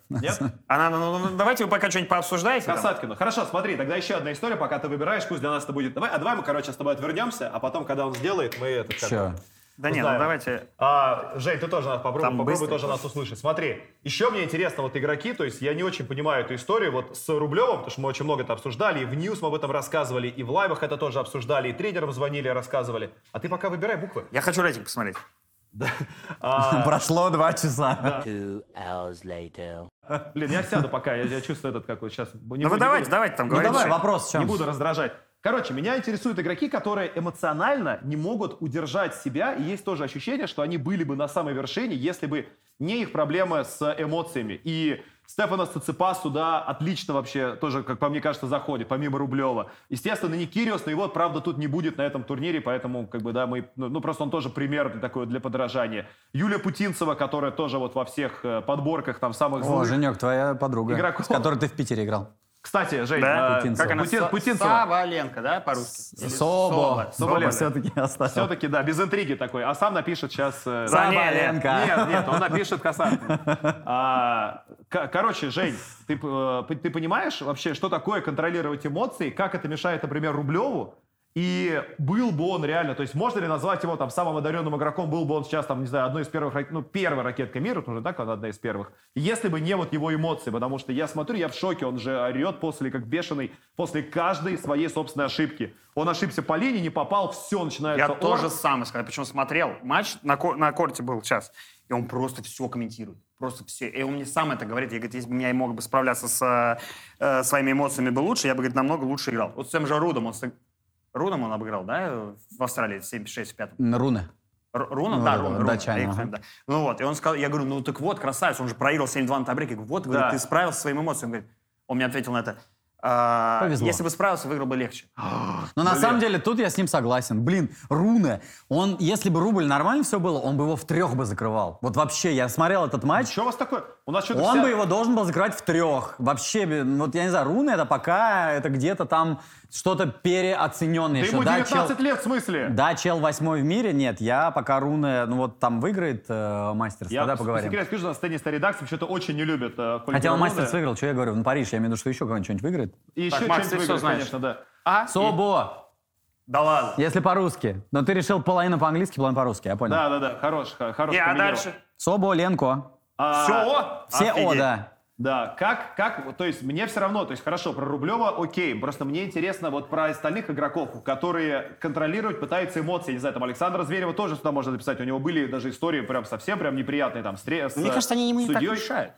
Нет?
Она, ну, ну, ну, давайте вы пока что-нибудь пообсуждаете. там.
Касаткина. Хорошо, смотри, тогда еще одна история, пока ты выбираешь, пусть для нас это будет. Давай, а давай мы, короче, с тобой отвернемся, а потом, когда он сделает, мы это...
[LAUGHS]
как
Че?
Да нет, ну
Узнаем.
давайте...
А, Жень, ты тоже нас попробуй,
Там
попробуй
быстро.
тоже нас услышать. Смотри, еще мне интересно, вот игроки, то есть я не очень понимаю эту историю вот с Рублевым, потому что мы очень много это обсуждали, и в Ньюс мы об этом рассказывали, и в лайвах это тоже обсуждали, и тренерам звонили, рассказывали. А ты пока выбирай буквы. А,
Я хочу рейтинг посмотреть. А.
Прошло два часа.
Two hours later.
[LAUGHS] Блин, я сяду пока, я, я чувствую этот какой сейчас. Не буду-
ну вы
не
давайте,
буду-
давайте там
Ну
говорите.
давай, вопрос в
Не
чем?
буду раздражать. Короче, меня интересуют игроки, которые эмоционально не могут удержать себя. И есть тоже ощущение, что они были бы на самой вершине, если бы не их проблемы с эмоциями. И Стефана Стаципас сюда отлично вообще тоже, как по мне кажется, заходит, помимо Рублева. Естественно, не Кириус, но его, правда, тут не будет на этом турнире, поэтому, как бы, да, мы... Ну, ну, просто он тоже пример такой для подражания. Юлия Путинцева, которая тоже вот во всех э, подборках там самых
О,
злых.
Женек, твоя подруга,
Игроков.
с которой ты в Питере играл.
Кстати, Жень,
Да?
э,
Путинцева.
Как она?
Пути-
Са-
Путинцева.
Саваленко, да, по-русски? Или
Собо.
Соболенко.
все-таки оставил.
Все-таки, да, без интриги такой. А сам напишет сейчас...
За-
Нет, нет, он напишет Касаткин. А, к- Короче, Жень, ты, э, п- ты понимаешь вообще, что такое контролировать эмоции, как это мешает, например, Рублеву? И был бы он реально, то есть можно ли назвать его там самым одаренным игроком, был бы он сейчас там, не знаю, одной из первых, рак- ну, первая ракетка мира, уже так, она одна из первых, если бы не вот его эмоции, потому что я смотрю, я в шоке, он же орет после, как бешеный, после каждой своей собственной ошибки. Он ошибся по линии, не попал, все, начинается
Я
ор.
тоже самое сказал. Причем смотрел матч, на, ко- на корте был сейчас, и он просто все комментирует. Просто все. И он мне сам это говорит. Я, говорит, если бы я мог бы справляться с э, э, своими эмоциями бы лучше, я бы, говорит, намного лучше играл. Вот с тем же Рудом он... с- Рудом он обыграл, да, в Австралии в 7-6 в пятом.
Руна.
Р- Руном,
Ну
да,
да,
Рун,
да,
Рун,
датчанин,
Александр, да. Ну вот, и он сказал, я говорю, ну так вот, красавец, он же проиграл 7-2 на табреке. Я говорю, вот, говорит,
Да.
ты справился с своим эмоциям. Он говорит, он мне ответил на это, «А,
Повезло.
если бы справился, выиграл бы легче.
Но на самом деле тут я с ним согласен. Блин, Руна, он, если бы рубль нормально все было, он бы его в трех бы закрывал. Вот вообще, я смотрел этот матч,
Что а у вас такое? У нас что-то
Он
вся-
бы его должен был закрывать в трех. Вообще, блин, ну, вот я не знаю, руны это пока это где-то там что-то переоцененное.
Да
еще.
ему
Да,
19
чел-
лет, в смысле?
Да, чел восьмой в мире, нет, я пока руны, ну вот там выиграет э, мастерство,
Я
да,
по
поговорим.
секрету скажу, что теннис редакции что-то очень не любят. э, культуру
Хотя он
Руны.
мастерс выиграл, что я говорю, ну Париж, я имею в виду, что еще кто-нибудь что-нибудь выиграет.
И еще
Так, Макс,
что-нибудь
ты всё
выиграет,
знаешь.
конечно, да.
А?
Собо,
Да ладно.
если по-русски. Но ты решил половину по-английски, половину по-русски, я понял.
Да, да, да, хорош, х- хорош.
И, а
комбинировал.
дальше?
Собо, Ленко.
А,
Все?
Все о,
Офигеть.
да.
Да, как, как, вот, то есть мне все равно, то есть хорошо, про Рублева окей, просто мне интересно вот про остальных игроков, которые контролировать пытаются эмоции, не знаю, там Александра Зверева тоже сюда можно записать, у него были даже истории прям совсем прям неприятные, там, с, тре- с,
Мне кажется, они ему
э,
не так
судьей.
мешают.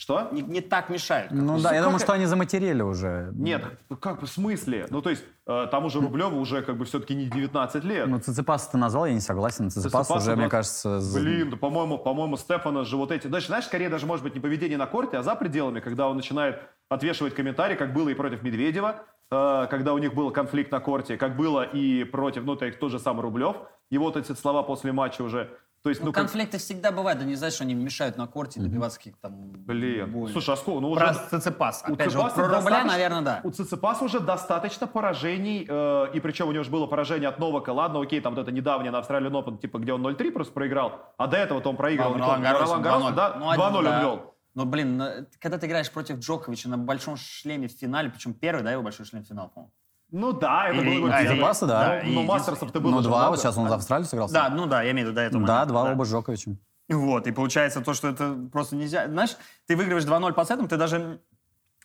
Что?
не, не так мешают. как
Ну
бы.
да, я
как
думаю,
это-
что они заматерели уже.
Нет, ну как бы в смысле? Ну, то есть, э, тому же Рублеву уже как бы все-таки не 19 лет.
Ну, Циципаса ты назвал, я не согласен. Циципас
Циципас
уже,
у
мне
нас-
кажется... з-
Блин, да, по-моему, по-моему, Стефана же вот эти... Даже, знаешь, скорее даже, может быть, не поведение на корте, а за пределами, когда он начинает отвешивать комментарии, как было и против Медведева, э, когда у них был конфликт на корте, как было и против, ну, то есть тот же самый Рублев. И вот эти слова после матча уже... То есть, ну,
Ну,
как-
конфликты всегда бывают, да не знаешь, что они мешают на корте добиваться каких-то там...
Блин,
более.
слушай, а сколько? Ну, уже...
Про Циципас.
у
Опять же, вот
Циципаса
про рубля,
достаточно-
наверное, да.
У Циципаса уже достаточно поражений, э, и причем у него же было поражение от Новака. Ладно, окей, там вот это недавнее на Австралии Open, типа, где он 0-3 просто проиграл, а до этого он проиграл.
Там
никому.
Ролан Гаррос,
Ролан Гаррос,
2:0.
да,
Ну, один,
2-0 он
да.
вел.
Но, блин, на- когда ты играешь против Джоковича на большом шлеме в финале, причем первый, да, его большой шлем в финал, по-моему.
Ну да, это
И-
было...
и-
его дело.
а, и-
Циципаса, да.
да,
Ну, Ну,
и-
Мастерсов ты был
Ну,
уже
два,
много.
вот сейчас он за Австралию сыгрался.
Да, ну да, я имею в виду до этого.
Да,
момента,
два
да.
оба с Джоковичем.
Вот, и получается то, что это просто нельзя. Знаешь, ты выигрываешь 2-0 по сетам, ты даже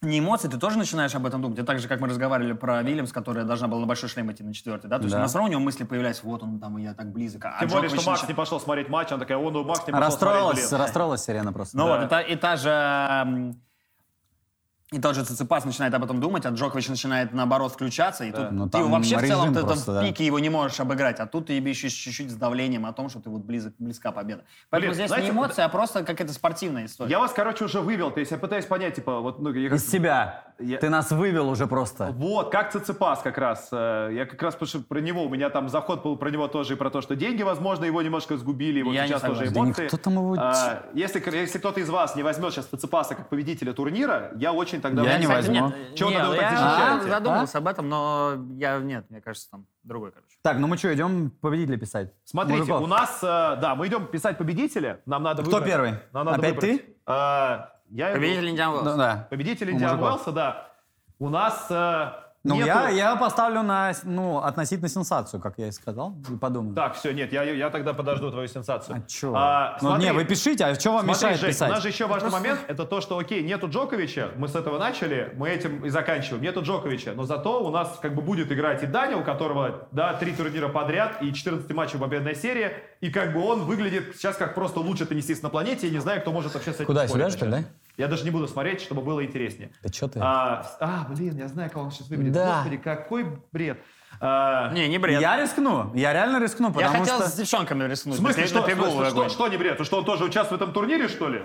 не эмоции, ты тоже начинаешь об этом думать. Это так же, как мы разговаривали про Вильямс, которая должна была на большой шлем идти на четвертый, да? То есть
Да.
у нас все равно у него мысли появляются, вот он там, и я так близок. А
Тем более,
Джокович
что Макс
начи-
не пошел смотреть матч, она такая, он, ну, Макс не пошел
Расстроилась,
смотреть, блин».
расстроилась Сирена просто.
Ну
Да.
вот, и та, и та же... м, И тот же Циципас начинает об этом думать, а Джокович начинает, наоборот, включаться, и тут
Ну,
ты
там
вообще в
режим
целом ты там
просто, да.
в пике его не можешь обыграть, а тут ты еще чуть-чуть с давлением о том, что ты вот близок, близка победа. Поэтому
Блин,
здесь
знаете,
не эмоции, а просто какая-то спортивная история.
Я вас, короче, уже вывел, то есть я пытаюсь понять, типа, вот, ну, я как-
Из себя.
Я-
Ты нас вывел уже просто.
Вот, как Циципас как раз. Э, Я как раз потому что про него, у меня там заход был про него тоже и про то, что деньги, возможно, его немножко сгубили, и вот
Я не
сейчас тоже
согласен.
Да
эмоции.
никто там его-
А, если, к- если кто-то из вас не возьмет сейчас Циципаса как победителя турнира, я очень тогда...
Я не
кстати,
возьму.
нет, э,
Чего
нет,
тогда вы так
я
защищаете?
задумался об этом, но я нет, мне кажется, там другой, короче.
Так, ну мы что, идем победителя писать?
Смотрите,
Мужиков.
у нас, э, да, мы идем писать победителя, нам надо
Кто
выбрать.
первый?
Нам надо
Опять
выбрать.
ты?
А, я...
Победитель Индиан Уэллс.
Ну, да.
Победитель
У
Индиан
мужиков.
Уэллса, да. У нас э,
Ну,
нету-
я, я поставлю на, с- ну, относительно сенсацию, как я и сказал, и подумаю.
Так, все, нет, я, я тогда подожду твою сенсацию.
А чё?
А,
ну,
смотри.
не, вы пишите, а что вам
Смотри,
мешает
Жень,
писать?
у нас же еще важный момент, это то, что, окей, нету Джоковича, мы с этого начали, мы этим и заканчиваем, нету Джоковича, но зато у нас как бы будет играть и Даня, у которого, да, три турнира подряд и 14 матчей победная серия, и как бы он выглядит сейчас как просто лучший теннисист на планете, я не знаю, кто может вообще с этим
Куда,
спорить
сюда, что ли,
начать. Я даже не буду смотреть, чтобы было интереснее.
Да чё ты?
А, а, блин, я знаю, кого он сейчас выберет.
Да.
Господи, какой бред. А,
Не, не бред.
Я рискну, я реально рискну,
Я
потому
хотел
что...
с девчонками рискнуть.
В смысле,
на
что, в
перегул
смысле, что,
огонь.
что не бред? Ты Что, он тоже участвует в этом турнире, что ли?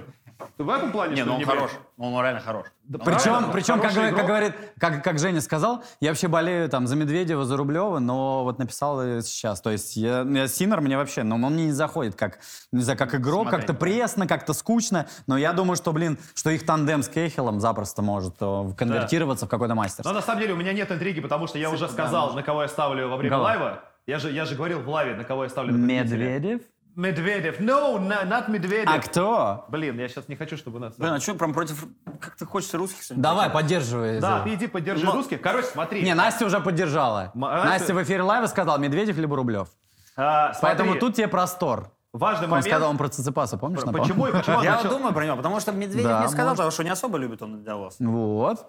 Ты в этом плане,
Не,
что
ну
ли,
он
бред?
хорош. Ну, Он реально хорош.
Причем,
правильно,
причем как, говорит-
хороший
как
игрок.
говорит, как, как Женя сказал, я вообще болею там за Медведева, за Рублева, но вот написал э, сейчас. То есть я, я- Синер мне вообще, ну, он мне не заходит как, не знаю, как игрок,
Смотреть,
как-то
да.
пресно, как-то скучно, но я думаю, что, блин, что их тандем с Кейхелом запросто может э, конвертироваться в какой-то мастер.
Но на самом деле у меня нет интриги, потому что я уже сказал, на кого я ставлю во время
Кого?
лайва. Я же, я же говорил в лайве, на кого я ставлю. на победителя.
Медведев?
Медведев. No, na- not Медведев.
А кто?
Блин, я сейчас не хочу, чтобы нас...
Блин, а что, прям против... Как ты хочешь русских сегодня?
Давай, поддерживай.
Да,
Зоя.
ты иди поддержи
Но-
русских. Короче, смотри.
Не, Настя уже поддержала.
М-
Настя...
Настя
в эфире лайва сказала Медведев либо Рублев.
А, смотри,
Поэтому тут тебе простор.
важный
Он
момент.
сказал он про Циципаса, помнишь? напомню?
Почему, и почему он
Я
начал-
вот думаю про него, потому что Медведев
Да,
не сказал,
может.
потому что не особо любит он диалог.
Вот.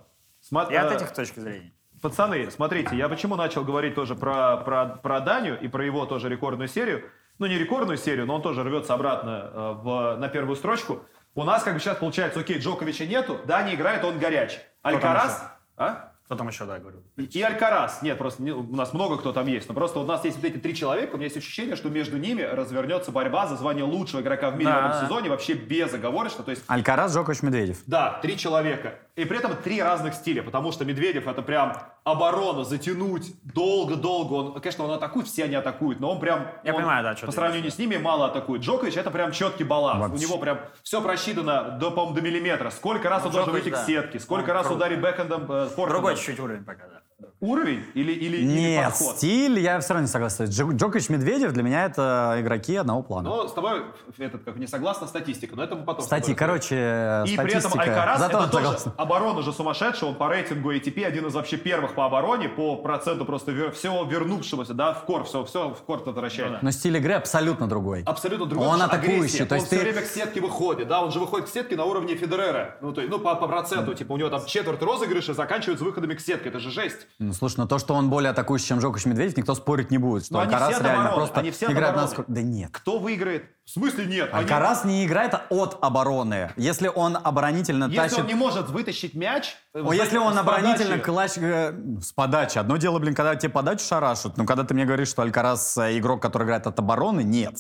Смо-
Я
э,
от этих точек зрения.
Пацаны, смотрите, я почему начал говорить тоже про, про, про Даню и про его тоже рекордную серию. Ну, не рекордную серию, но он тоже рвется обратно э, в, на первую строчку. У нас как бы сейчас получается, окей, Джоковича нету, Дани играет, он горяч. Алькарас...
еще?
А?
Кто там еще, да, говорю?
И- И Алькарас. Нет, просто не- у нас много кто там есть. Но просто у нас есть вот эти три человека, у меня есть ощущение, что между ними развернется борьба за звание лучшего игрока в мире в этом
Да.
сезоне вообще безоговорочно. То есть
Алькарас, Джокович, Медведев.
да, три человека. И при этом три разных стиля, потому что Медведев это прям оборона, затянуть долго-долго. Он, конечно, он атакует, все они атакуют, но он прям...
Я
он
понимаю, да, что
По
ты
сравнению с ними мало атакует. Джокович это прям четкий баланс.
Вообще.
У него прям все просчитано до, по-моему, до миллиметра. Сколько раз он должен
Ну, Джокович,
выйти к
да.
сетке, сколько
Он
раз
круг.
ударить бэкхендом, э, форхендом.
Другой чуть-чуть уровень пока, да.
Уровень или, или, или
Нет,
подход?
стиль, я все равно не согласен. Джо- Джокович, Медведев для меня это игроки одного плана.
Но с тобой этот, как, не согласна статистика, но это мы потом... с тобой
Кстати,
разберемся.
короче, э,
И при
статистика.
этом Алькарас
Зато
это
он
тоже
согласен.
оборона же сумасшедшая, он по рейтингу ATP один из вообще первых по обороне, по проценту просто вер- всего вернувшегося, да, в кор, все, все в корт возвращает.
Но стиль игры абсолютно другой.
Абсолютно другой.
Ну Он
потому что
атакующий,
агрессия.
то есть
он все
ты-
время к сетке выходит, да, он же выходит к сетке на уровне Федерера, ну, то есть, ну по, по проценту, типа у него там четверть розыгрыша заканчивается выходами к сетке, это же жесть.
Ну, слушай, но то, что он более атакующий, чем Джокович Медведев, никто спорить не будет, что
Но они
Алькарас
все
реально
обороны,
просто
они все
играет на
обороны.
скор- Да нет.
Кто выиграет? В смысле нет? Они-
Алькарас не играет а от обороны. Если он оборонительно
Если
тащит...
он не может вытащить мяч...
О,
вот
если он
Э, с
оборонительно
подачи-
клач... э, С подачи. Одно дело, блин, когда тебе подачу шарашат, но когда ты мне говоришь, что Алькарас э, игрок, который играет от обороны, нет.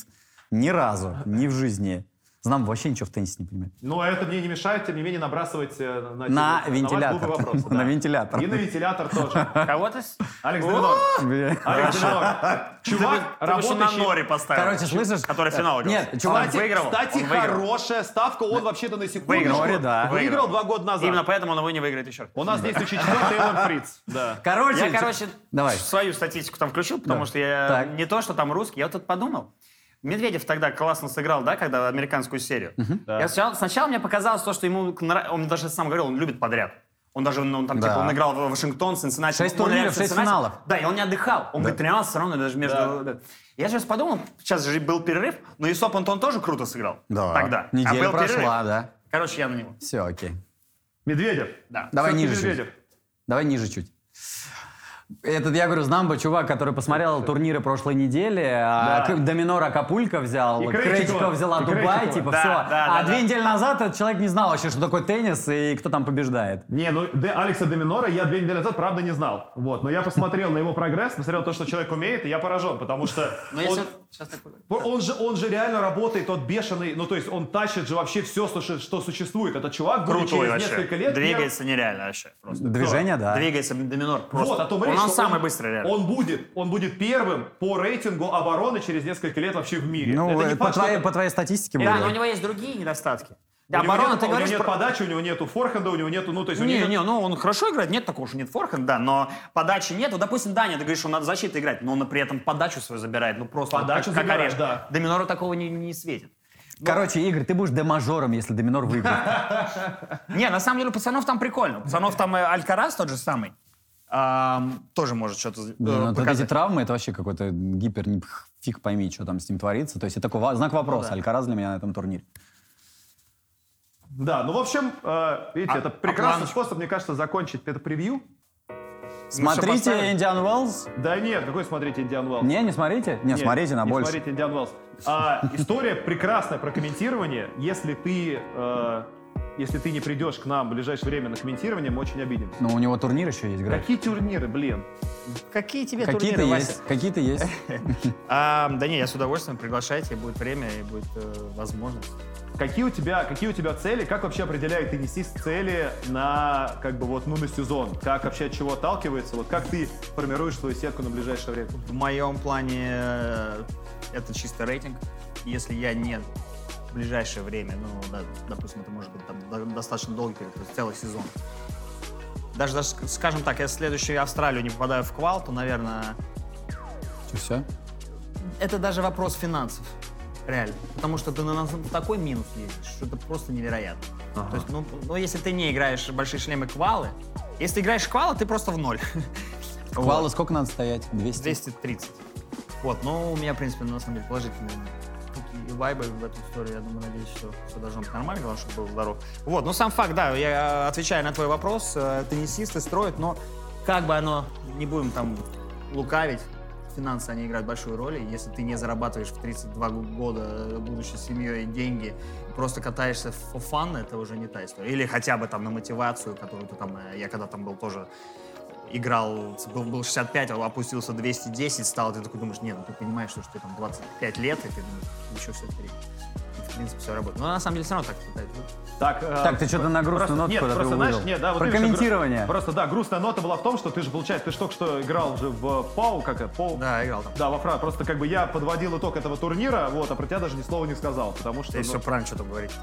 Ни разу. Ни в жизни. Знам вообще ничего в теннисе не понимает.
Но это мне не мешает, тем не менее, набрасывать э, на,
На
те-
вентилятор.
глупые вопросы,
[LAUGHS] На
да.
вентилятор.
И на вентилятор
[LAUGHS]
тоже.
[LAUGHS] Кого-то... с-
Алекс Дринор.
Бля.
Алекс Дринор. Чувак,
Ты бы еще на
работающий...
Нори поставил.
Короче, слышишь?
Который в финал играл.
Нет, чувак,
Он
Кстати,
Э, выиграл.
кстати,
он выиграл.
хорошая ставка. Он вообще-то на секундочку
Выиграл.
Нори, да.
выиграл два года назад.
Именно поэтому он его не выиграет еще раз.
У нас действующий чемпион
[LAUGHS]
Тейлор Фриц. Да.
Короче,
Я, короче,
Давай.
свою статистику там включил,
Да.
потому что я
Так.
не то, что там русский, я вот тут подумал. Медведев тогда классно сыграл, да, когда американскую серию. Я сначала, сначала мне показалось то, что ему нра- он даже сам говорил, он любит подряд. Он даже он, он там
Да.
типа он играл в Вашингтон, Сенсенати.
Шесть турниров, шесть финалов.
Да, и он не отдыхал. Он говорит, тренировался все равно даже между. да. Я сейчас подумал, сейчас же был перерыв, но и Соп Антон тоже круто сыграл.
Да.
Тогда. А
Неделя
был перерыв.
прошла, да.
Короче, я на него.
Все, окей.
Медведев.
Да.
Давай
Всё-таки
ниже чуть.
Медведев.
Давай ниже чуть. Этот, я говорю, Знамба, чувак, который посмотрел турниры прошлой недели, а,
Да.
К- Доминор Акапулько взял,
И Крейчикова.
Крейчикова взяла
И
Дубай,
Крейчикова.
типа,
Да,
все.
да,
а
да,
две
да.
недели назад этот человек не знал вообще, что такое теннис и кто там побеждает.
Не, ну Де- Алекса Доминора я две недели назад, правда, не знал. Вот, но я посмотрел на его прогресс, посмотрел то, что человек умеет, и я поражен, потому что
[LAUGHS] Но я
он,
сейчас- Ну, сейчас такой.
он же, он же реально работает, тот бешеный, ну то есть он тащит же вообще все, что, что существует. Этот чувак будет
Крутой
через
вообще.
несколько лет...
Двигается нереально вообще. Просто.
Движение, да.
Двигается доминор
первым-
просто.
Вот, а то
он,
время, что
самый быстрый реально.
Он будет, он будет первым по рейтингу обороны через несколько лет вообще в мире.
Ну,
Это не
э, по,
факт, что
твоей,
это-
по твоей статистике
Да,
было.
но у него есть другие недостатки. Да,
у него
оборона,
нет-
ты
у него
говоришь
нет
про...
подачи, у него нету форхенда, у него нету, ну то есть у
Не,
него
не, ну он хорошо играет, нет такого, что нет форхенд, да, но подачи нет. Вот, допустим, Даня, ты говоришь, что надо защитой играть, но он при этом подачу свою забирает, ну просто вот
Подачу
как, как
забирает,
орешек.
да.
Доминору такого не, не светит.
Короче, Игорь, ты будешь демажором, если Доминор
[LAUGHS]
выиграет.
Не, на самом деле, у пацанов там прикольно. У Пацанов там э, Алькарас тот же самый. ам, тоже может что-то э,
Блин,
ну,
вот эти
показать.
травмы, это вообще какой-то гипер, не- пх, фиг пойми, что там с ним творится. То есть это такой ва- знак вопроса, Алькарас для меня на этом турнире.
Да, ну в общем, э, видите,
А-
это прекрасный
а план-
способ, мне кажется, закончить это превью.
Смотрите
Ну,
поставили?
Индиан Уэллс.
Да нет, какой смотрите Индиан Уэллс?
Не, не смотрите? Не,
Нет,
смотрите на
не
больше.
Смотрите Индиан Уэллс. А, история прекрасная про комментирование. Если ты, э, если ты не придешь к нам в ближайшее время на комментирование, мы очень обидимся.
Но Ну, у него турнир еще есть, Грег.
Какие турниры, блин?
Какие тебе
Какие-то
турниры, Вася?
есть, какие-то есть.
А, да не, я с удовольствием приглашайте, будет время и будет э, возможность.
Какие у тебя, какие у тебя цели? Как вообще определяет теннисист цели на, как бы вот, ну на сезон? Как вообще от чего отталкивается? Вот как ты формируешь свою сетку на ближайшее время?
В моем плане э, это чисто рейтинг. Если я не в ближайшее время, ну, да, допустим, это может быть там до- достаточно долгий период, то есть целый сезон. Даже, даже, ск- скажем так, если в следующую Австралию не попадаю в квал, то, наверное,
Все?
это даже вопрос финансов. Реально. Потому что ты на, на такой минус едешь, что это просто невероятно. То есть, ну, ну, если ты не играешь в большие шлемы квалы, если ты играешь в квалы, ты просто в ноль. [LAUGHS] Вот.
Квала сколько надо стоять? 200?
230. Вот, но у меня, в принципе, на самом деле положительные такие вайбы в эту историю. Я думаю, надеюсь, что все должно быть нормально, главное, чтобы был здоров. Вот, ну сам факт, да, я отвечаю на твой вопрос. Э, Теннисисты строят, но как бы оно, не будем там лукавить, финансы, они играют большую роль, и если ты не зарабатываешь в 32 гу- года, э, будучи семьей, деньги, просто катаешься в фан, это уже не та история. Или хотя бы там на мотивацию, которую ты там, э, я когда там был тоже э, играл, был, был 65, а опустился 210, стал, ты такой думаешь, нет, ну ты понимаешь, что, ты там 25 лет, и ты ну, думаешь, еще все впереди. И, в принципе, все работает. Но на самом деле все равно так хватает.
Так, э,
Так, ты что-то на грустную
просто-
нотку
нет,
куда-то
просто, знаешь,
вывел.
нет, да, вот
Про
видишь, гру-
комментирование.
Просто, да, грустная нота была в том, что ты же, получается, ты же только что играл же в ПАУ, как это, ПАУ?
Да, играл там.
Да, во Франции. Просто как бы я подводил итог этого турнира, вот, а про тебя даже ни слова не сказал, потому что...
Ты
ну,
все правильно что-то говорить. [LAUGHS]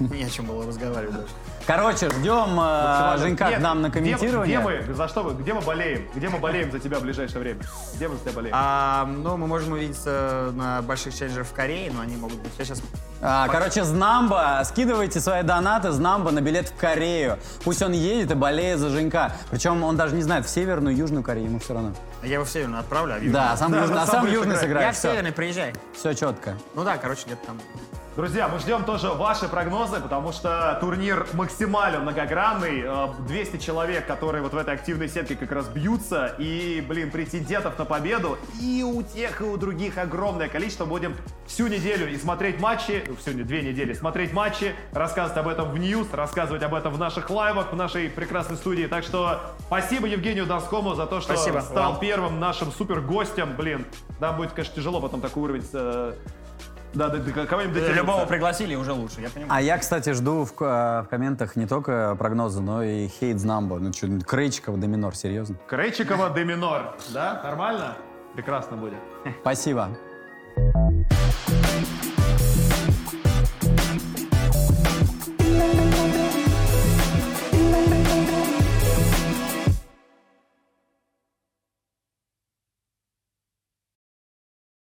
Не о чем было разговаривать даже.
Короче, ждем э,
максимально-
Женька
Нет,
к нам на
где-
комментирование.
Где, мы, за что мы, где мы болеем? Где мы болеем за тебя в ближайшее время? Где мы за тебя болеем?
А, ну, мы можем увидеться на больших челленджах в Корее, но они могут быть... Я сейчас...
А, короче, Знамба, скидывайте свои донаты Знамба на билет в Корею. Пусть он едет и болеет за Женька. Причем он даже не знает, в Северную, Южную Корею ему все равно.
Я его в Северную отправлю, а в Южную-
Да, сам,
Да,
южный,
да,
а
сам
сам
будешь
Южный
играть.
сыграет.
Я в
все,
Северный, приезжай.
четко.
Ну да, короче, где-то там.
Друзья, мы ждем тоже ваши прогнозы, потому что турнир максимально многогранный. Э, 200 человек, которые вот в этой активной сетке как раз бьются. И, блин, претендентов на победу и у тех, и у других огромное количество. Будем всю неделю и смотреть матчи, ну, всю не- две недели смотреть матчи, рассказывать об этом в Ньюс, рассказывать об этом в наших лайвах, в нашей прекрасной студии. Так что спасибо Евгению Донскому за то, что
Спасибо.
стал
Вам.
первым нашим супер гостем. Блин, нам будет, конечно, тяжело потом такой уровень... э, да, да, да, кого-нибудь дотянуться.
Любого пригласили, уже лучше, я понимаю.
А я, кстати, жду в, к- э, в комментах не только прогнозы, но и хейт знамбо. Ну что, Крейчикова, до минор, серьезно.
Крейчикова де минор. Да? Нормально? Прекрасно будет.
Спасибо.